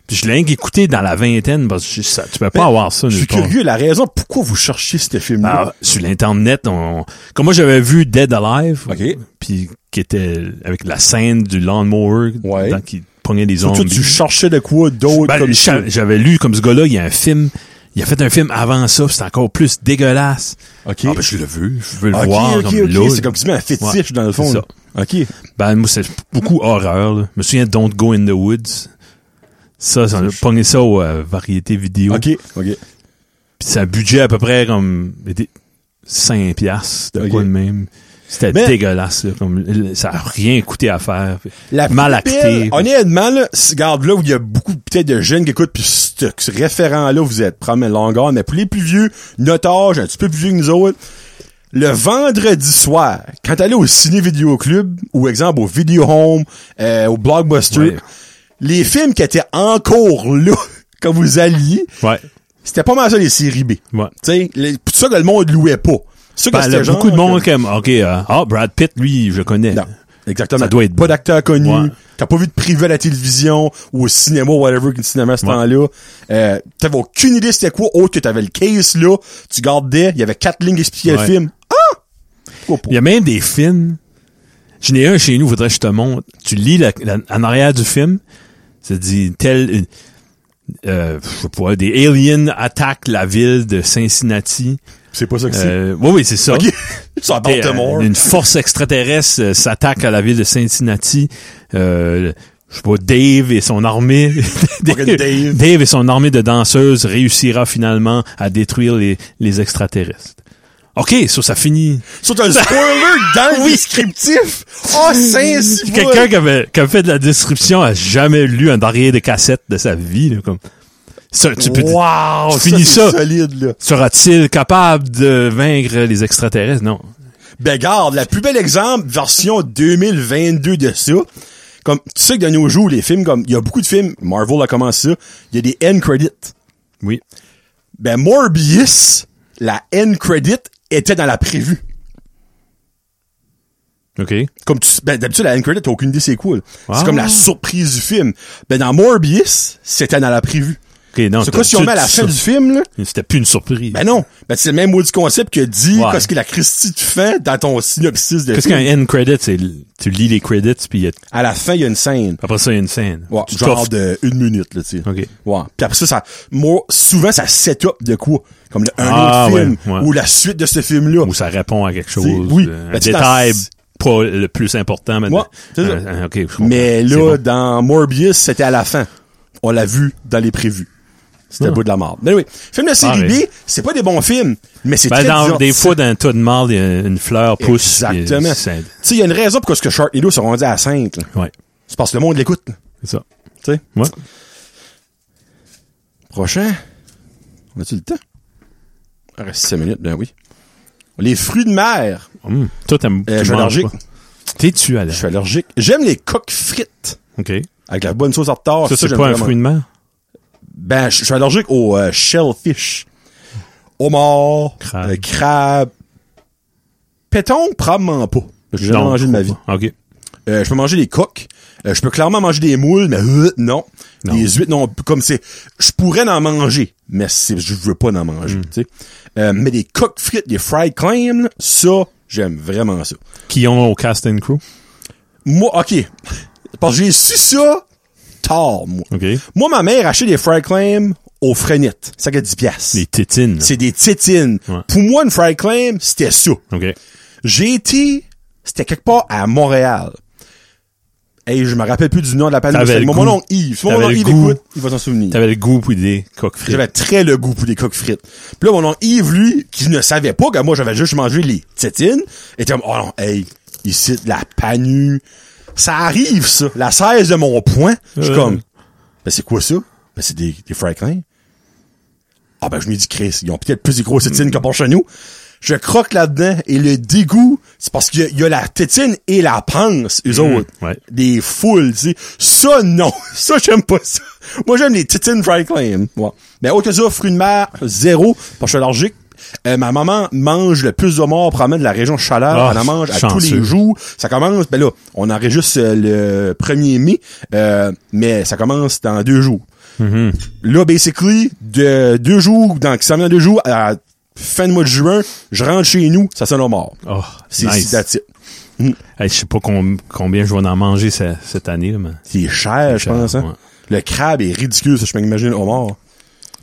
Speaker 2: Puis je l'ai écouté dans la vingtaine parce que je- ça- tu peux pas
Speaker 1: Mais
Speaker 2: avoir ça.
Speaker 1: je suis
Speaker 2: nulle part.
Speaker 1: curieux la raison pourquoi vous cherchez ce film là
Speaker 2: Alors, Ah, sur l'internet, on, comme moi j'avais vu Dead Alive,
Speaker 1: Ok.
Speaker 2: puis qui était avec la scène du lawnmower,
Speaker 1: Ouais.
Speaker 2: dans- qui prenait des
Speaker 1: toi
Speaker 2: zombies.
Speaker 1: tu cherchais de quoi d'autre
Speaker 2: Ben,
Speaker 1: comme ça
Speaker 2: j'a- j'avais lu comme ce gars-là, il y a un film, il a fait un film avant ça, puis c'est encore plus dégueulasse.
Speaker 1: ok
Speaker 2: Ah ben je le veux, je veux le
Speaker 1: ok
Speaker 2: voir
Speaker 1: ok
Speaker 2: comme
Speaker 1: ok
Speaker 2: là.
Speaker 1: c'est comme tu mets un fétiche
Speaker 2: Ouais,
Speaker 1: dans le fond
Speaker 2: c'est
Speaker 1: là. ok
Speaker 2: Ben moi c'est beaucoup horreur. là. Je me souviens de Don't Go in the Woods. Ça, ça on a pogné ça aux euh, variétés vidéo.
Speaker 1: ok ok
Speaker 2: Puis ça budget à peu près comme était 5 piastres, de
Speaker 1: Ok.
Speaker 2: quoi de même. C'était
Speaker 1: Mais-
Speaker 2: dégueulasse, là, comme, l- ça a rien coûté à faire. puis
Speaker 1: La
Speaker 2: mal
Speaker 1: plus
Speaker 2: acté.
Speaker 1: belle- Honnêtement, là, c'est- regarde là où il y a beaucoup peut-être de jeunes qui écoutent, puis ce, ce référent-là, vous êtes probablement longueur, mais pour les plus vieux, notre âge, un petit peu plus vieux que nous autres, le vendredi soir, quand t'allais au ciné vidéo club, ou exemple au video home, euh, au blockbuster,
Speaker 2: Ouais.
Speaker 1: les films qui étaient encore là (laughs) quand vous alliez,
Speaker 2: Ouais.
Speaker 1: c'était pas mal ça les séries B.
Speaker 2: Ouais.
Speaker 1: Tu sais, les- pour ça que le monde louait pas. Ça que
Speaker 2: Ben,
Speaker 1: c'était
Speaker 2: là,
Speaker 1: genre
Speaker 2: beaucoup de monde
Speaker 1: que-
Speaker 2: comme, ok, euh, ah, Brad Pitt, lui, je le connais.
Speaker 1: non. Exactement.
Speaker 2: Ça doit être
Speaker 1: pas
Speaker 2: bon.
Speaker 1: d'acteur connu.
Speaker 2: Ouais.
Speaker 1: T'as pas vu de privé à la télévision ou au cinéma, whatever, que le cinéma à ce
Speaker 2: Ouais.
Speaker 1: temps-là. Euh, t'avais aucune idée c'était quoi, autre que t'avais le case là, tu gardais, il y avait quatre lignes qui expliquaient le
Speaker 2: Ouais.
Speaker 1: film. Ah! Pourquoi
Speaker 2: Il y a même des films. J'en ai un chez nous, faudrait que je te montre. Tu lis la- la- en arrière du film, ça dit tel, euh, une- euh, je sais pas, des aliens attaquent la ville de Cincinnati.
Speaker 1: C'est pas ça que c'est.
Speaker 2: Euh, oui, oui, c'est ça.
Speaker 1: Ok. C'est à
Speaker 2: Et, euh,
Speaker 1: Baltimore.
Speaker 2: une force extraterrestre euh, s'attaque à la ville de Cincinnati. Euh, je sais pas, Dave et son
Speaker 1: (laughs)
Speaker 2: armée.
Speaker 1: Fucking Dave.
Speaker 2: Dave et son armée de danseuses réussira finalement à détruire les, les extraterrestres. OK, ça, ça finit.
Speaker 1: C'est un
Speaker 2: (laughs)
Speaker 1: spoiler dans le descriptif. Oh, c'est
Speaker 2: Quelqu'un qui avait, qui avait fait de la description a jamais lu un barrier de cassette de sa vie. là, comme. Ça, tu peux
Speaker 1: Wow,
Speaker 2: tu finis
Speaker 1: c'est
Speaker 2: ça.
Speaker 1: solide, là.
Speaker 2: Sera-t-il capable de vaincre les extraterrestres? Non.
Speaker 1: Ben, garde, la plus belle exemple, version 2022 de ça. Comme, tu sais que de nos jours, les films, comme, il y a beaucoup de films, Marvel a commencé ça, il y a des end credits.
Speaker 2: Oui.
Speaker 1: Ben, Morbius, la end credit était dans la prévue.
Speaker 2: OK.
Speaker 1: Comme tu, ben, d'habitude, la end credit, t'as aucune idée c'est quoi, là.
Speaker 2: Ah.
Speaker 1: C'est comme la surprise du film. Ben, dans Morbius, c'était dans la prévue.
Speaker 2: OK, non.
Speaker 1: C'est quoi si on
Speaker 2: t'as-
Speaker 1: met à la
Speaker 2: tu-
Speaker 1: fin du film, là?
Speaker 2: C'était plus une surprise.
Speaker 1: Ben non. Ben, c'est le même mot du concept que dit,
Speaker 2: Ouais.
Speaker 1: parce que la Christie tu fais dans ton synopsis de
Speaker 2: Qu'est-ce
Speaker 1: film.
Speaker 2: qu'un end credit, c'est l- tu lis les credits puis il y a-
Speaker 1: À la fin, il y a une scène.
Speaker 2: après ça il y a une scène.
Speaker 1: Ouais,
Speaker 2: Tu
Speaker 1: genre
Speaker 2: t'offres-
Speaker 1: de une minute, là, tu sais.
Speaker 2: Ok.
Speaker 1: Ouais. Puis après ça, ça, moi, souvent, ça set up de quoi? Comme le- un
Speaker 2: Ah,
Speaker 1: autre film,
Speaker 2: ouais, ouais.
Speaker 1: ou la suite de ce film-là.
Speaker 2: où ça répond à quelque chose.
Speaker 1: oui.
Speaker 2: euh,
Speaker 1: Ben,
Speaker 2: un
Speaker 1: tu sais,
Speaker 2: détail
Speaker 1: dans-
Speaker 2: pas le plus important maintenant.
Speaker 1: Ouais, c'est ça.
Speaker 2: OK, je comprends.
Speaker 1: Mais
Speaker 2: C'est
Speaker 1: là,
Speaker 2: bon.
Speaker 1: dans Morbius, c'était à la fin. On l'a vu dans les prévus. C'était
Speaker 2: Ah.
Speaker 1: bout de la mort. Mais oui, film de série
Speaker 2: Pareil.
Speaker 1: B, c'est pas des bons films, mais c'est
Speaker 2: Ben,
Speaker 1: très
Speaker 2: dans-
Speaker 1: divertissant.
Speaker 2: des fois dans un tas de mal, il y a une fleur pousse. puis, euh,
Speaker 1: Exactement. Tu
Speaker 2: c'est-
Speaker 1: sais, il y a une raison pourquoi ce que Shark Halo sont rendus à 5. là.
Speaker 2: Ouais,
Speaker 1: C'est parce que le monde l'écoute. là.
Speaker 2: c'est ça.
Speaker 1: Tu sais,
Speaker 2: Ouais.
Speaker 1: prochain. On a-tu le temps? Il Reste 6 minutes, ben oui. Les fruits de mer.
Speaker 2: Hum. Toi t'aimes
Speaker 1: Euh,
Speaker 2: tu
Speaker 1: je suis
Speaker 2: manges
Speaker 1: allergique.
Speaker 2: pas. T'es-tu à
Speaker 1: Je Ah, suis allergique. J'aime les coques frites
Speaker 2: OK.
Speaker 1: avec la bonne sauce à tarte.
Speaker 2: ça c'est pas un fruit de mer.
Speaker 1: Ben, je je suis allergique au euh, shellfish, homard,
Speaker 2: Crabe.
Speaker 1: euh, crabe, péton, probablement pas. J'ai jamais
Speaker 2: Non,
Speaker 1: mangé de ma vie.
Speaker 2: pas. OK.
Speaker 1: Euh, je peux manger des coques. Euh, je peux clairement manger des moules, mais euh, non.
Speaker 2: Non.
Speaker 1: Les huîtres, non. Comme c'est, je pourrais en manger, mais c'est, je veux pas en manger.
Speaker 2: Hmm.
Speaker 1: tu sais. Euh, mais des coques frites, des fried clams, là, ça, j'aime vraiment ça.
Speaker 2: Qui ont au cast and crew.
Speaker 1: Moi, ok, parce que j'ai su ça tard, moi.
Speaker 2: OK.
Speaker 1: Moi, ma mère achetait des fried clam aux freinettes. Ça coûte 10 piastres.
Speaker 2: Les tétines.
Speaker 1: C'est des tétines.
Speaker 2: Ouais.
Speaker 1: Pour moi, une fried clam, c'était ça.
Speaker 2: OK.
Speaker 1: J'ai été, c'était quelque part à Montréal. Et je me rappelle plus du nom de la panne.
Speaker 2: T'avais
Speaker 1: C'était
Speaker 2: le
Speaker 1: mon,
Speaker 2: goût.
Speaker 1: mon oncle Yves. Si Mon
Speaker 2: T'avais
Speaker 1: oncle
Speaker 2: le
Speaker 1: Yves
Speaker 2: goût.
Speaker 1: écoute, il va s'en souvenir.
Speaker 2: T'avais le goût puis des coques frites.
Speaker 1: J'avais très le goût pour des coques frites. Puis là, mon oncle Yves, lui, qui ne savait pas que moi, j'avais juste mangé les tétines, était comme, oh non, hey, ici, de la panue. Ça arrive, ça. La 16 de mon point. Je suis
Speaker 2: Euh.
Speaker 1: comme, ben c'est quoi ça? Ben c'est des, des Franklin. Ah ben je me dis, Chris, ils ont peut-être plus de grosses tétines que pour chez nous. Je croque là-dedans et le dégoût, c'est parce qu'il y a- il y, a la tétine et la panse, eux autres.
Speaker 2: Mm, ouais.
Speaker 1: Des foules, tu sais. Ça, non. (laughs) Ça, j'aime pas ça. Moi, j'aime les tétines fried clam. Ouais. Mais autre que ça, fruits de mer, zéro, parce que je suis allergique. Euh, ma maman mange le plus de morts probablement de la région Chaleur.
Speaker 2: Ah,
Speaker 1: elle en mange à tous
Speaker 2: chanceux.
Speaker 1: les jours. Ça commence, ben là, on enregistre euh, le 1er mai, euh, mais ça commence dans deux jours Mhm. là, basically, de deux jours, dans ça vient deux jours, à la fin de mois de juin, je rentre chez nous, ça sonne au mort.
Speaker 2: Oh,
Speaker 1: C'est
Speaker 2: nice.
Speaker 1: that's it.
Speaker 2: Hey, je sais pas com- combien je vais en manger ce- cette année, là, mais
Speaker 1: C'est cher, je
Speaker 2: cher,
Speaker 1: pense. Hein?
Speaker 2: ouais.
Speaker 1: Le crabe est ridicule, ça, je m'imagine au mort.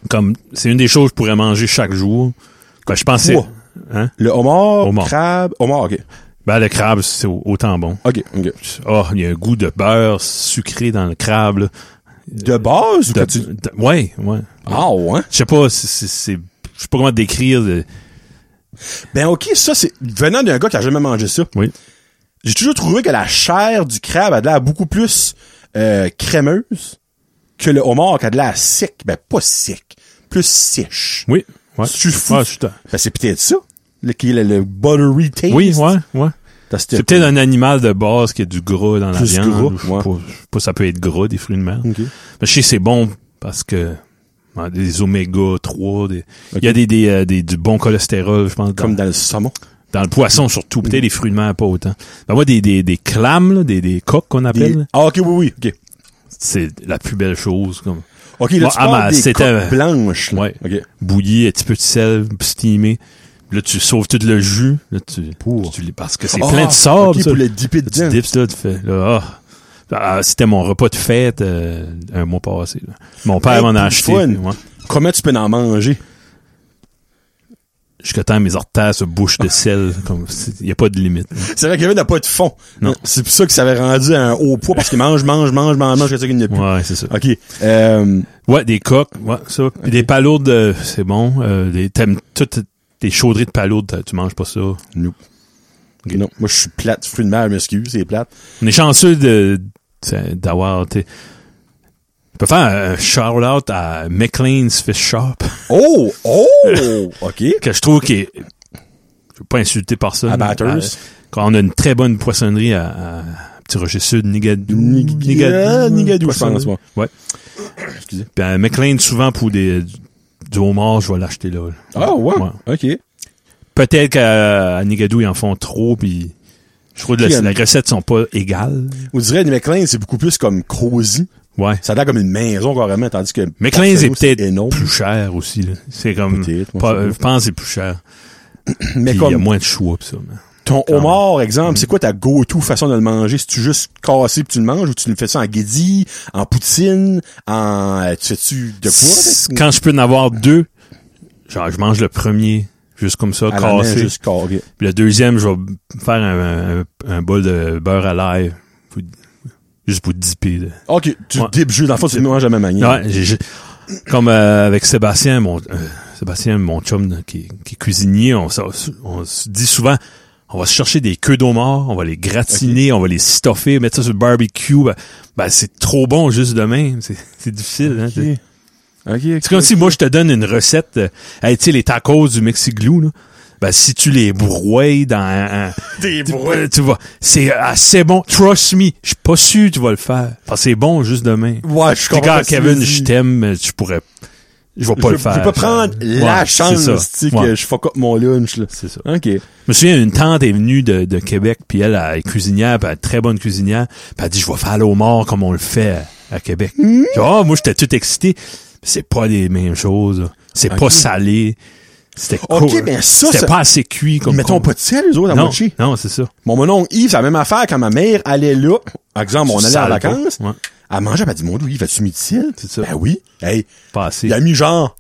Speaker 2: comme c'est une des choses que je pourrais manger chaque jour. Quand je pense que c'est-
Speaker 1: Ouah.
Speaker 2: hein?
Speaker 1: Le homard,
Speaker 2: Homard.
Speaker 1: crabe, homard, ok.
Speaker 2: Ben, le crabe, c'est au- autant bon.
Speaker 1: Ok, ok.
Speaker 2: Oh, il y a un goût de beurre sucré dans le crabe. Là.
Speaker 1: De base, ou
Speaker 2: De-
Speaker 1: que tu...
Speaker 2: de- ouais, ouais.
Speaker 1: Ah, ouais.
Speaker 2: Je sais pas, c'est- c'est- c'est- je sais pas comment décrire. euh. le-
Speaker 1: Ben, ok, ça, c'est, venant d'un gars qui a jamais mangé ça,
Speaker 2: Oui.
Speaker 1: j'ai toujours trouvé que la chair du crabe a de l'air beaucoup plus, euh, crémeuse que le homard qui a de l'air sec. Ben, pas sec. Plus sèche.
Speaker 2: Oui. Ouais.
Speaker 1: Je suis fou.
Speaker 2: Ah, je suis-
Speaker 1: Ben, c'est peut-être ça. Le, qui est le, le buttery taste.
Speaker 2: oui, ouais, ouais.
Speaker 1: T'as
Speaker 2: C'est peut-être un animal de base qui a du gras dans la
Speaker 1: Plus
Speaker 2: viande.
Speaker 1: gras,
Speaker 2: je sais
Speaker 1: ouais.
Speaker 2: pas, je sais pas, ça peut être gras, des fruits de mer.
Speaker 1: Ok.
Speaker 2: Mais je sais que c'est bon parce que ouais, des oméga 3, des- il y a des, des, euh, des- du bon cholestérol, je pense. dans-
Speaker 1: Comme dans le saumon.
Speaker 2: Dans le poisson, surtout. Peut-être les fruits de mer, pas autant. Ben, moi, des, des, des clams, là, des, des coques qu'on
Speaker 1: Des-
Speaker 2: appelle, là,
Speaker 1: Ah, ok, oui, oui, ok.
Speaker 2: c'est la plus belle chose. Comme.
Speaker 1: Ok, là,
Speaker 2: Bon,
Speaker 1: tu
Speaker 2: ah,
Speaker 1: parles
Speaker 2: mais
Speaker 1: des
Speaker 2: c'était-
Speaker 1: coques blanches. là.
Speaker 2: Ouais.
Speaker 1: Ok.
Speaker 2: Bouilli, un petit peu de sel, steamé. Là, tu sauves tout le jus. Là, tu, tu les- parce que c'est
Speaker 1: Ah,
Speaker 2: plein de sable.
Speaker 1: ok,
Speaker 2: ça.
Speaker 1: pour le dipper
Speaker 2: Là, tu
Speaker 1: dedans.
Speaker 2: dips, là, tu fais, là, ah. Ah, c'était mon repas de fête euh, un mois passé. là. Mon père
Speaker 1: Hey,
Speaker 2: m'en a
Speaker 1: puis
Speaker 2: acheté.
Speaker 1: fun.
Speaker 2: ouais.
Speaker 1: Comment tu peux en manger?
Speaker 2: Jusqu'à temps, mes orteils se bouchent de sel. comme Il n'y a pas de limite.
Speaker 1: C'est vrai que Kevin n'a pas de fond.
Speaker 2: Non.
Speaker 1: C'est pour ça que ça avait rendu à un haut poids parce qu'il mange, mange, mange, mange, mange, que ça qu'il n'y a plus.
Speaker 2: Ouais, c'est ça.
Speaker 1: OK. Euh,
Speaker 2: Ouais, des coques, ouais, ça. Puis des palourdes, euh, c'est bon. Euh, des, t'aimes toutes tes chauderies de palourdes, t'as- tu manges pas ça.
Speaker 1: nous. Non, moi, je suis plate. Fruit de mer, je m'excuse, c'est plate.
Speaker 2: On est chanceux de t'sais, d'avoir. t'sais, On peut faire un shout-out à McLean's Fish Shop,
Speaker 1: Oh! Oh!
Speaker 2: (laughs)
Speaker 1: OK.
Speaker 2: que je trouve qui est. Je veux pas insulter personne. euh,
Speaker 1: À Batters.
Speaker 2: Quand on a une très bonne poissonnerie à, à Petit Rocher Sud, Nigadou.
Speaker 1: Nig- Ah, Nigadou, je
Speaker 2: poissonnerie.
Speaker 1: pense, moi.
Speaker 2: Ouais.
Speaker 1: Excusez.
Speaker 2: Puis à McLean, souvent pour des, du homard, je vais l'acheter là.
Speaker 1: Ah, ouais. OK.
Speaker 2: Peut-être qu'à à Nigadou, ils en font trop, puis je trouve que
Speaker 1: Puis,
Speaker 2: la-
Speaker 1: euh,
Speaker 2: les recettes sont pas égales.
Speaker 1: On dirait que McLean, c'est beaucoup plus comme Cozy.
Speaker 2: Ouais.
Speaker 1: Ça a l'air comme une maison, carrément, tandis que...
Speaker 2: McLean's est
Speaker 1: Portobello, c'est
Speaker 2: peut-être
Speaker 1: énorme.
Speaker 2: plus cher aussi. là. C'est comme...
Speaker 1: Peut-être, moi, je
Speaker 2: pas-
Speaker 1: sais pas.
Speaker 2: je pense que c'est plus cher.
Speaker 1: Mais
Speaker 2: Puis il y a
Speaker 1: comme
Speaker 2: moins de choix pis ça. mais-
Speaker 1: ton homard,
Speaker 2: Mm.
Speaker 1: exemple, c'est quoi ta go-to façon de le manger? Si tu juste cassé puis tu le manges ou tu le fais ça en guédi, en poutine, en... euh, Tu fais-tu de
Speaker 2: S-
Speaker 1: quoi?
Speaker 2: Quand je peux en avoir deux, genre je mange le premier, juste comme ça,
Speaker 1: À la main,
Speaker 2: cassé.
Speaker 1: juste carré.
Speaker 2: Puis le deuxième, je vais faire un, un- un bol de beurre à l'ail. pour- Juste pour dipper. là.
Speaker 1: OK, tu
Speaker 2: Ouais.
Speaker 1: dip juste dans le fond, tu le manges de la même manière.
Speaker 2: Ouais, j'ai- j'ai- comme euh, avec Sébastien, mon euh, Sébastien, mon chum là, qui, qui est cuisinier, on, s'a- on se dit souvent, on va se chercher des queues d'homard, on va les gratiner, on va les stoffer, mettre ça sur le barbecue. Ben, ben, c'est trop bon juste de même. C'est c'est difficile. hein, c'est-
Speaker 1: OK,
Speaker 2: c'est comme si moi je te donne une recette. Euh, hey, tu sais les tacos du Mexiglou là. Ben si tu les brouilles dans un, un- (laughs)
Speaker 1: Des
Speaker 2: tu,
Speaker 1: brouilles.
Speaker 2: euh, tu vois, c'est assez bon. Trust me, je suis pas sûr que tu vas le faire. Parce que c'est bon juste demain.
Speaker 1: Ouais, je
Speaker 2: T'es
Speaker 1: comprends.
Speaker 2: gars,
Speaker 1: ce que
Speaker 2: Kevin,
Speaker 1: tu dis.
Speaker 2: je t'aime, mais tu pourrais je vais
Speaker 1: Je
Speaker 2: pas
Speaker 1: veux-
Speaker 2: le faire.
Speaker 1: Je veux pas prendre
Speaker 2: Ouais,
Speaker 1: la
Speaker 2: c'est
Speaker 1: chance,
Speaker 2: ça.
Speaker 1: tu sais, que
Speaker 2: Ouais,
Speaker 1: je fuck up mon lunch, là.
Speaker 2: c'est ça.
Speaker 1: OK.
Speaker 2: Je me souviens, une tante est venue de, de Québec, puis elle, elle est cuisinière, puis elle est très bonne cuisinière, puis elle dit, je vais faire l'homard comme on le fait à, à Québec.
Speaker 1: Hmm?
Speaker 2: Genre, moi, j'étais tout excité. C'est pas les mêmes choses. C'est
Speaker 1: Ok.
Speaker 2: pas salé. C'était
Speaker 1: Ok,
Speaker 2: cool.
Speaker 1: ben ça, ça-
Speaker 2: C'était pas assez cuit comme
Speaker 1: Mettons
Speaker 2: qu'on-
Speaker 1: pas de sel, les autres, à
Speaker 2: Non,
Speaker 1: moitié.
Speaker 2: non, c'est ça.
Speaker 1: Mon mon oncle Yves, c'est la même affaire quand ma mère allait là. Par exemple, on
Speaker 2: Ah, Tu
Speaker 1: allait en
Speaker 2: sales
Speaker 1: vacances.
Speaker 2: pas. Ouais.
Speaker 1: Elle mangeait, elle m'a dit, mon Dieu, Yves, as-tu mis du sel?
Speaker 2: C'est ça.
Speaker 1: Ben oui. Hey,
Speaker 2: Pas assez.
Speaker 1: il a mis genre,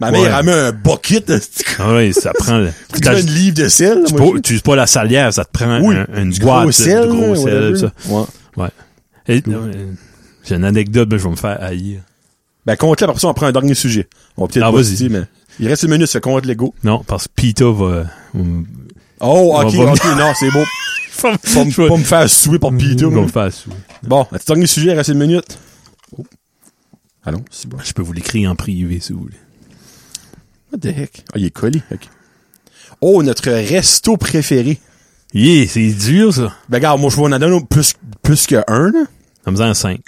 Speaker 1: ma
Speaker 2: Ouais.
Speaker 1: mère a mis un bucket, (laughs) tu
Speaker 2: Ah ouais, ça prend... le-
Speaker 1: as une livre de sel. là,
Speaker 2: Tu
Speaker 1: moi,
Speaker 2: pas- tu uses pas la salière, ça te prend
Speaker 1: Oui,
Speaker 2: un- une
Speaker 1: du
Speaker 2: boîte
Speaker 1: gros
Speaker 2: là,
Speaker 1: sel,
Speaker 2: de gros
Speaker 1: là,
Speaker 2: sel.
Speaker 1: whatever.
Speaker 2: ça.
Speaker 1: Ouais.
Speaker 2: Ouais. Et- euh, J'ai une anecdote, mais je vais me faire haïr.
Speaker 1: Ben, compte-le, après ça, on prend un dernier sujet. On va peut-être
Speaker 2: Ah,
Speaker 1: pas
Speaker 2: vas-y.
Speaker 1: se dire, mais il reste une minute, ça compte l'ego.
Speaker 2: Non, parce que Pita va... hum, (laughs)
Speaker 1: Oh,
Speaker 2: On
Speaker 1: ok,
Speaker 2: va-
Speaker 1: ok, non, c'est
Speaker 2: (laughs)
Speaker 1: beau. Pas
Speaker 2: Je vais-
Speaker 1: me- pas me faire souer pour Pito.
Speaker 2: va me faire sou-
Speaker 1: Bon, un petit dernier sujet, il reste une minute. Oh. Allons, c'est bon.
Speaker 2: Je peux vous l'écrire en privé, si vous voulez.
Speaker 1: What the heck? Ah, il est collé. ok. Oh, notre resto préféré.
Speaker 2: Yeah, c'est dur, ça.
Speaker 1: Ben, regarde, moi, je vois en donner plus, plus que un, là.
Speaker 2: En faisant un 5.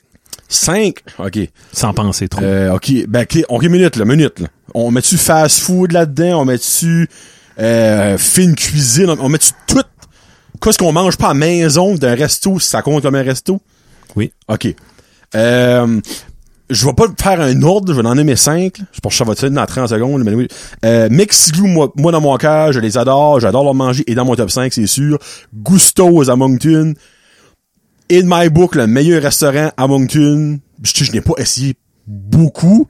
Speaker 1: Cinq. OK.
Speaker 2: Sans penser trop.
Speaker 1: Euh, OK. Ben, OK, OK, minute, là, minute, là. On met-tu fast-food là-dedans? On met-tu euh, fine cuisine? On on met-tu tout? Qu'est-ce qu'on mange pas à maison d'un resto, si ça compte comme un resto?
Speaker 2: Oui.
Speaker 1: OK. Euh, je vais pas faire un ordre, je vais en nommer cinq. là. Je pense que ça va être dans 30 secondes. Mais oui. Euh, Mexiglou, moi, moi, dans mon cœur, je les adore. J'adore leur manger. Et dans mon top 5, c'est sûr. Gusto's à Moncton. In my book, le meilleur restaurant à Moncton. Je, tu sais, je n'ai pas essayé beaucoup.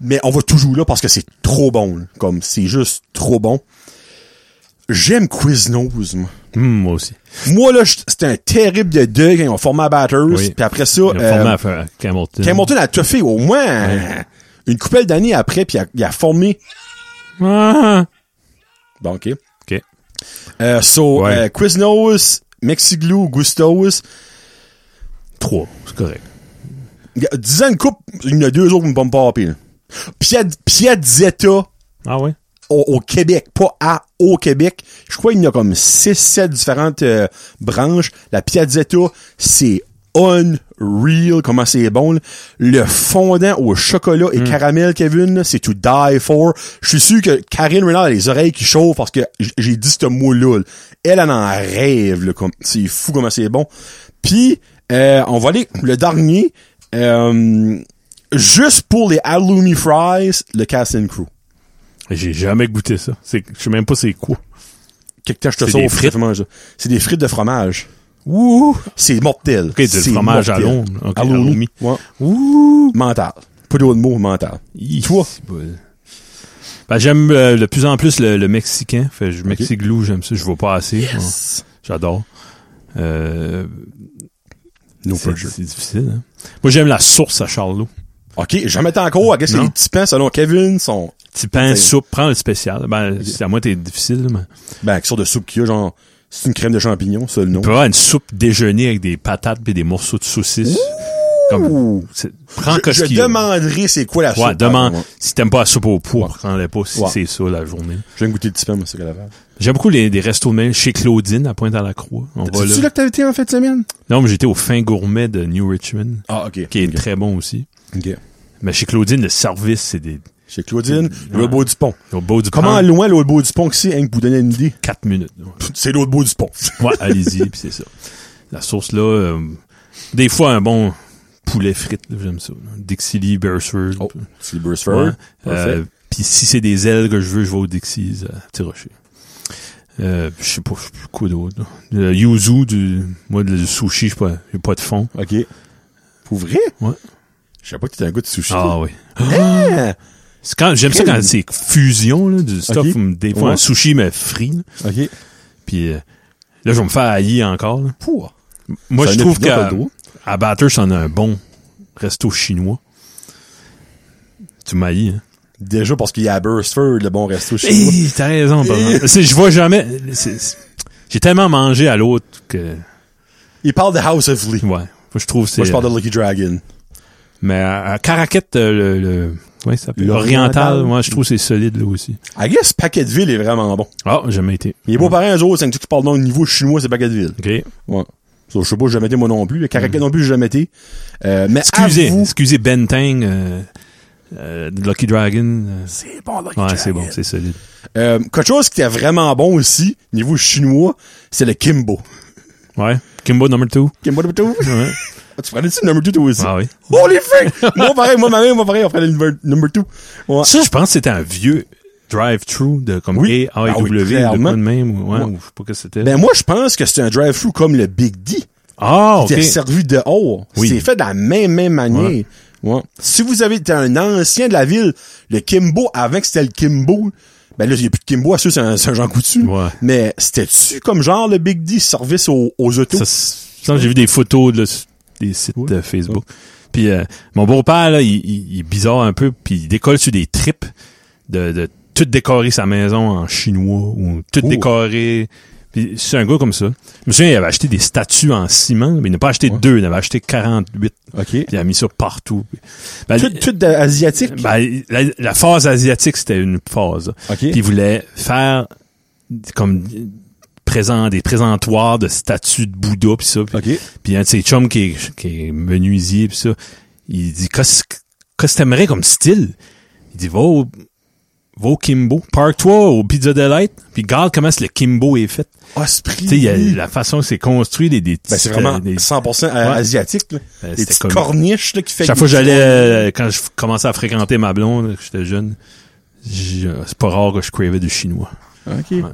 Speaker 1: Mais on va toujours là parce que c'est trop bon. là. Comme, c'est juste trop bon. J'aime Quiznos, moi.
Speaker 2: Hum, moi aussi.
Speaker 1: Moi, là, je- c'était un terrible de deuil quand ils ont formé à Batters.
Speaker 2: Oui.
Speaker 1: Puis après ça,
Speaker 2: Le
Speaker 1: euh,
Speaker 2: format à faire à Camelton.
Speaker 1: Camelton a toffé au moins euh, une couple d'années après, puis il a, il a formé.
Speaker 2: Ah!
Speaker 1: Bon, OK.
Speaker 2: OK.
Speaker 1: Euh, so,
Speaker 2: Ouais.
Speaker 1: euh, Quiznos, Mexiglou, Gustos.
Speaker 2: 3, c'est correct.
Speaker 1: G- Disant une coupe, il y en a deux autres qui me vont me popper, là. Pied- Piazzetta
Speaker 2: Ah ouais?
Speaker 1: au, au Québec, pas à au Québec. Je crois qu'il y en a comme 6-7 différentes euh, branches. La Piazzetta, c'est unreal, comment c'est bon. là. Le fondant au chocolat et caramel, Kevin, là, c'est to die for. Je suis sûr que Karine Renard a les oreilles qui chauffent parce que j- j'ai dit ce mot-là. là. Elle, elle en rêve. là, comme- C'est fou comment c'est bon. Puis, euh, on va aller, le dernier, euh, juste pour les halloumi fries, le Cast and Crew.
Speaker 2: J'ai jamais goûté ça. C'est- Je sais même pas c'est quoi.
Speaker 1: Quelque temps, je te
Speaker 2: C'est
Speaker 1: sauve,
Speaker 2: des frites?
Speaker 1: je te mange ça. C'est des frites de fromage.
Speaker 2: Ouh!
Speaker 1: C'est mortel.
Speaker 2: c'est le
Speaker 1: C'est
Speaker 2: fromage à
Speaker 1: mortel.
Speaker 2: l'ombre. Ok,
Speaker 1: À l'ombre.
Speaker 2: halloumi.
Speaker 1: Ouais.
Speaker 2: Ouh!
Speaker 1: Mental. Pas d'autre mot, mental.
Speaker 2: Hi,
Speaker 1: Toi?
Speaker 2: c'est bon. Ben, j'aime euh, de plus en plus le, le mexicain. Fait, je mexiglou, j'aime ça. Je vois pas assez. Ouais, J'adore. Euh,
Speaker 1: No
Speaker 2: c'est
Speaker 1: pressure.
Speaker 2: c'est difficile. hein. Moi, j'aime la source à Charlot.
Speaker 1: OK, je mettre en cours. I guess que
Speaker 2: Non.
Speaker 1: les petits pains, selon Kevin, sont...
Speaker 2: Petit pain,
Speaker 1: C'est-
Speaker 2: soupe, prends le spécial. Ben, c'est à moi, t'es difficile, mais.
Speaker 1: Ben, qui sorte de soupe qu'il y a, genre... C'est une crème de champignons, ça, le nom.
Speaker 2: Tu peux avoir une soupe déjeuner avec des patates et des morceaux de saucisse. Comme, c'est- prends
Speaker 1: Je, je
Speaker 2: Costco.
Speaker 1: demanderai c'est quoi la soupe.
Speaker 2: Ouais,
Speaker 1: par
Speaker 2: demande.
Speaker 1: contre.
Speaker 2: Si t'aimes pas la soupe au poids, prends-la pas si
Speaker 1: Ouais.
Speaker 2: c'est ça la journée.
Speaker 1: J'aime goûter le petit pain, moi, c'est qu'elle avait.
Speaker 2: J'aime beaucoup les, les restos de même chez Claudine à Pointe-à-la-Croix. On va
Speaker 1: C'est-tu
Speaker 2: là.
Speaker 1: là que t'avais été en fin de semaine?
Speaker 2: Non, mais j'étais au fin gourmet de New Richmond,
Speaker 1: Ah, OK.
Speaker 2: qui est très bon aussi.
Speaker 1: OK.
Speaker 2: Mais chez Claudine, le service, c'est des,
Speaker 1: Chez Claudine,
Speaker 2: Mm.
Speaker 1: le beau du pont.
Speaker 2: au beau du
Speaker 1: Comment
Speaker 2: prendre
Speaker 1: loin l'autre beau du pont que c'est, hein, que vous donnez une idée?
Speaker 2: 4 minutes.
Speaker 1: C'est l'autre beau du pont.
Speaker 2: Ouais, allez-y, puis c'est ça. La sauce, là, euh, des fois, un bon poulet frites, là, j'aime ça. là. Dixili, Beresford.
Speaker 1: Oh, c'est Burstford.
Speaker 2: Ouais.
Speaker 1: Parfait.
Speaker 2: Euh, Puis si c'est des ailes que je veux, je vais au Dixie's, à Petit Rocher. Euh, je sais pas, je sais plus quoi d'autre. là. Le yuzu, du, moi, du sushi, je sais pas, j'ai pas de fond.
Speaker 1: OK. Pour vrai?
Speaker 2: Ouais.
Speaker 1: Je savais pas que t'étais un goût de sushi.
Speaker 2: Ah oui.
Speaker 1: Ah!
Speaker 2: C'est quand, j'aime ça quand c'est fusion, là, du stuff,
Speaker 1: Ok.
Speaker 2: où des fois,
Speaker 1: Ouais.
Speaker 2: un sushi me frit, là.
Speaker 1: OK.
Speaker 2: Puis euh, là, je vais me faire haïr encore, là.
Speaker 1: Pouah.
Speaker 2: Moi,
Speaker 1: Ça
Speaker 2: je
Speaker 1: en a plus
Speaker 2: trouve
Speaker 1: d'autres,
Speaker 2: qu'à
Speaker 1: pas d'autres.
Speaker 2: à Bathurst, on a un bon resto chinois. Tu m'haïs, hein?
Speaker 1: Déjà parce qu'il y a à Burstford, le bon resto chez moi.
Speaker 2: Hey, Eh, t'as raison, par
Speaker 1: Hey.
Speaker 2: exemple. (laughs) C'est- Je vois jamais. c'est- c'est- J'ai tellement mangé à l'autre que.
Speaker 1: Il parle de House of Lee.
Speaker 2: Ouais. Moi, je trouve que c'est.
Speaker 1: Moi, je parle de Lucky Dragon.
Speaker 2: Mais à, à Caraquette, euh, le. le ouais, ça s'appelle.
Speaker 1: L'Oriental.
Speaker 2: Oriental, moi, je trouve que c'est solide, là aussi.
Speaker 1: I guess Paquetteville est vraiment bon.
Speaker 2: Ah, jamais été.
Speaker 1: Mes beaux-parents, eux autres, c'est que tu parles d'un niveau chinois, c'est Paquetteville.
Speaker 2: OK.
Speaker 1: Ouais. Ça, je sais pas, j'ai jamais été moi non plus. Le Caracat non plus, j'ai jamais été. Euh, mais
Speaker 2: Mm. Excusez,
Speaker 1: avoue-
Speaker 2: excusez Bentang, euh, euh, Lucky Dragon. euh,
Speaker 1: C'est bon, Lucky
Speaker 2: ouais,
Speaker 1: Dragon.
Speaker 2: c'est bon, c'est solide.
Speaker 1: Euh, quelque chose qui était vraiment bon aussi, niveau chinois, c'est le Kimbo.
Speaker 2: Ouais. Kimbo number two.
Speaker 1: Kimbo de Bateau. (laughs)
Speaker 2: Ouais.
Speaker 1: tu prenais-tu le number 2 toi aussi?
Speaker 2: Ah oui.
Speaker 1: Holy fuck! moi, pareil, moi, ma mère, moi, pareil, on prenait le number- number 2. Ouais.
Speaker 2: Ça, je pense que c'était un vieux drive-through de comme
Speaker 1: Oui.
Speaker 2: AIW,
Speaker 1: Ah oui,
Speaker 2: de
Speaker 1: clairement.
Speaker 2: quoi de même, ou, ouais,
Speaker 1: Ouais.
Speaker 2: ou je sais pas que c'était.
Speaker 1: Ben, moi, je pense que c'est un drive-thru comme le Big D.
Speaker 2: ah, ok.
Speaker 1: Qui est servi de haut.
Speaker 2: Oui.
Speaker 1: C'est fait de la même, même manière. Ouais. Si vous avez été un ancien de la ville, le Kimbo, avant que c'était le Kimbo, ben là, il n'y a plus de Kimbo, à ce c'est un, c'est un Jean Coutu.
Speaker 2: Ouais.
Speaker 1: Mais c'était-tu comme genre le Big D service aux, aux autos?
Speaker 2: Ça, c'est- ça, j'ai vu des photos de, des sites de Facebook. Puis euh, mon beau-père, là, il, il- il est bizarre un peu, puis il décolle sur des tripes de, de tout décorer sa maison en chinois ou tout
Speaker 1: Oh.
Speaker 2: décorer. Puis c'est un gars comme ça. Je me souviens, il avait acheté des statues en ciment, mais il n'a pas acheté deux, il en avait acheté 48.
Speaker 1: OK.
Speaker 2: Puis il a mis ça partout. Ben,
Speaker 1: Tout, tout de- asiatique.
Speaker 2: Ben, la, la phase asiatique, c'était une phase.
Speaker 1: OK.
Speaker 2: Puis ils voulaient faire comme présent, des présentoirs de statues de Bouddha puis ça. Puis,
Speaker 1: OK.
Speaker 2: puis un de ses chums qui est, qui est menuisier puis ça, il dit qu'est-ce qu'est-ce que t'aimerais comme style Il dit va au, va au Kimbo, parque-toi au Pizza Delight, puis regarde comment c'est le Kimbo est fait.
Speaker 1: Ah, c'est pris.
Speaker 2: Tu sais, il y a la façon que c'est construit, les, des
Speaker 1: Ben,
Speaker 2: petites,
Speaker 1: c'est vraiment
Speaker 2: euh, des-
Speaker 1: 100%
Speaker 2: Ouais.
Speaker 1: asiatique, là.
Speaker 2: Ben,
Speaker 1: Des
Speaker 2: c'était
Speaker 1: petites
Speaker 2: comme-
Speaker 1: corniches, là, qui fait
Speaker 2: Chaque fois que j'allais, euh, quand je commençais à fréquenter ma blonde, j'étais jeune, j'ai- euh, c'est pas rare que je cravais du chinois.
Speaker 1: OK. Nice,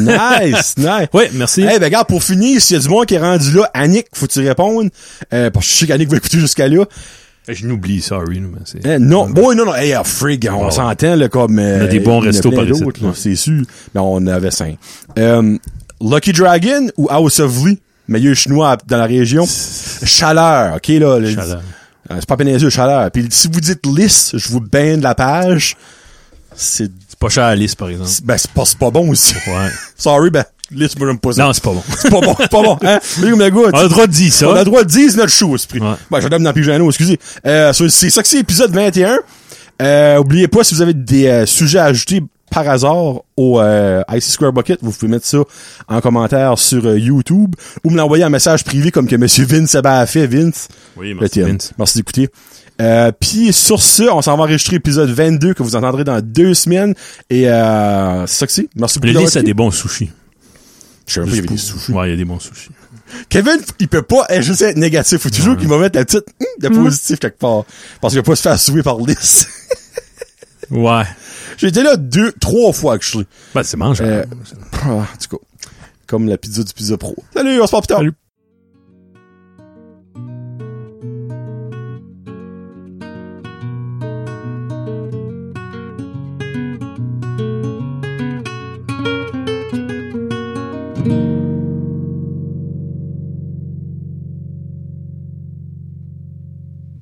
Speaker 1: (laughs) nice.
Speaker 2: euh, Ouais, merci.
Speaker 1: Hey, ben, regarde, pour finir, s'il y a du monde qui est rendu là, Annick, faut-tu répondre? Euh, parce que je sais qu'Annick va écouter jusqu'à là.
Speaker 2: Je n'oublie, sorry. Mais c'est...
Speaker 1: Eh, non, bon, non, non, hey, ah, frig, on
Speaker 2: Ouais.
Speaker 1: s'entend, là, comme,
Speaker 2: ben.
Speaker 1: euh,
Speaker 2: a des bons restos par ici.
Speaker 1: d'autres, là,
Speaker 2: Ouais.
Speaker 1: c'est sûr. Mais on avait cinq. Euh, Lucky Dragon ou House of Lee? Meilleur chinois à- dans la région. Chaleur, ok, là. le-
Speaker 2: Chaleur.
Speaker 1: Euh, c'est pas péninsule, chaleur. Puis si vous dites lisse, je vous baigne la page. C'est,
Speaker 2: C'est pas cher à Alice, par exemple.
Speaker 1: ben, c'est pas, c'est pas bon aussi. (laughs)
Speaker 2: Ouais.
Speaker 1: Sorry, ben, lisse, moi, j'aime pas ça.
Speaker 2: Non, Ah, c'est pas bon.
Speaker 1: C'est pas bon, c'est pas bon,
Speaker 2: (laughs)
Speaker 1: hein. Lui, comme le gars,
Speaker 2: On a le droit de dire ça.
Speaker 1: on a le droit de dire notre show, ce prix.
Speaker 2: Ouais.
Speaker 1: Ben, je donne dans Pigeano, excusez. Euh, so- c'est ça que c'est épisode 21. Euh, oubliez pas, si vous avez des euh, sujets à ajouter par hasard au euh, IC Square Bucket, vous pouvez mettre ça en commentaire sur euh, YouTube ou me l'envoyer un message privé comme que Monsieur Vince Sabat a fait. Vince,
Speaker 2: Oui,
Speaker 1: le
Speaker 2: merci,
Speaker 1: tien.
Speaker 2: Vince.
Speaker 1: Merci d'écouter. Euh, Puis sur ce, on s'en va enregistrer épisode 22 que vous entendrez dans deux semaines. Et euh, c'est ça que c'est. Merci beaucoup.
Speaker 2: Le
Speaker 1: d'avoir
Speaker 2: lisse a
Speaker 1: écouté.
Speaker 2: des bons sushis.
Speaker 1: Je sais même pas, il y avait des sous-
Speaker 2: Ouais, il y a des bons sushis.
Speaker 1: Kevin, il peut pas être juste être négatif. Faut toujours qu'il va mettre la petite hum de positif quelque part. Parce qu'il va pas se faire souiller par liste.
Speaker 2: Ouais.
Speaker 1: (laughs) J'ai été là deux, trois fois que je suis.
Speaker 2: Ben, c'est mangeable.
Speaker 1: Euh, ah, en tout cas, comme la pizza du pizza pro. Salut, on se parle plus tard.
Speaker 2: Salut.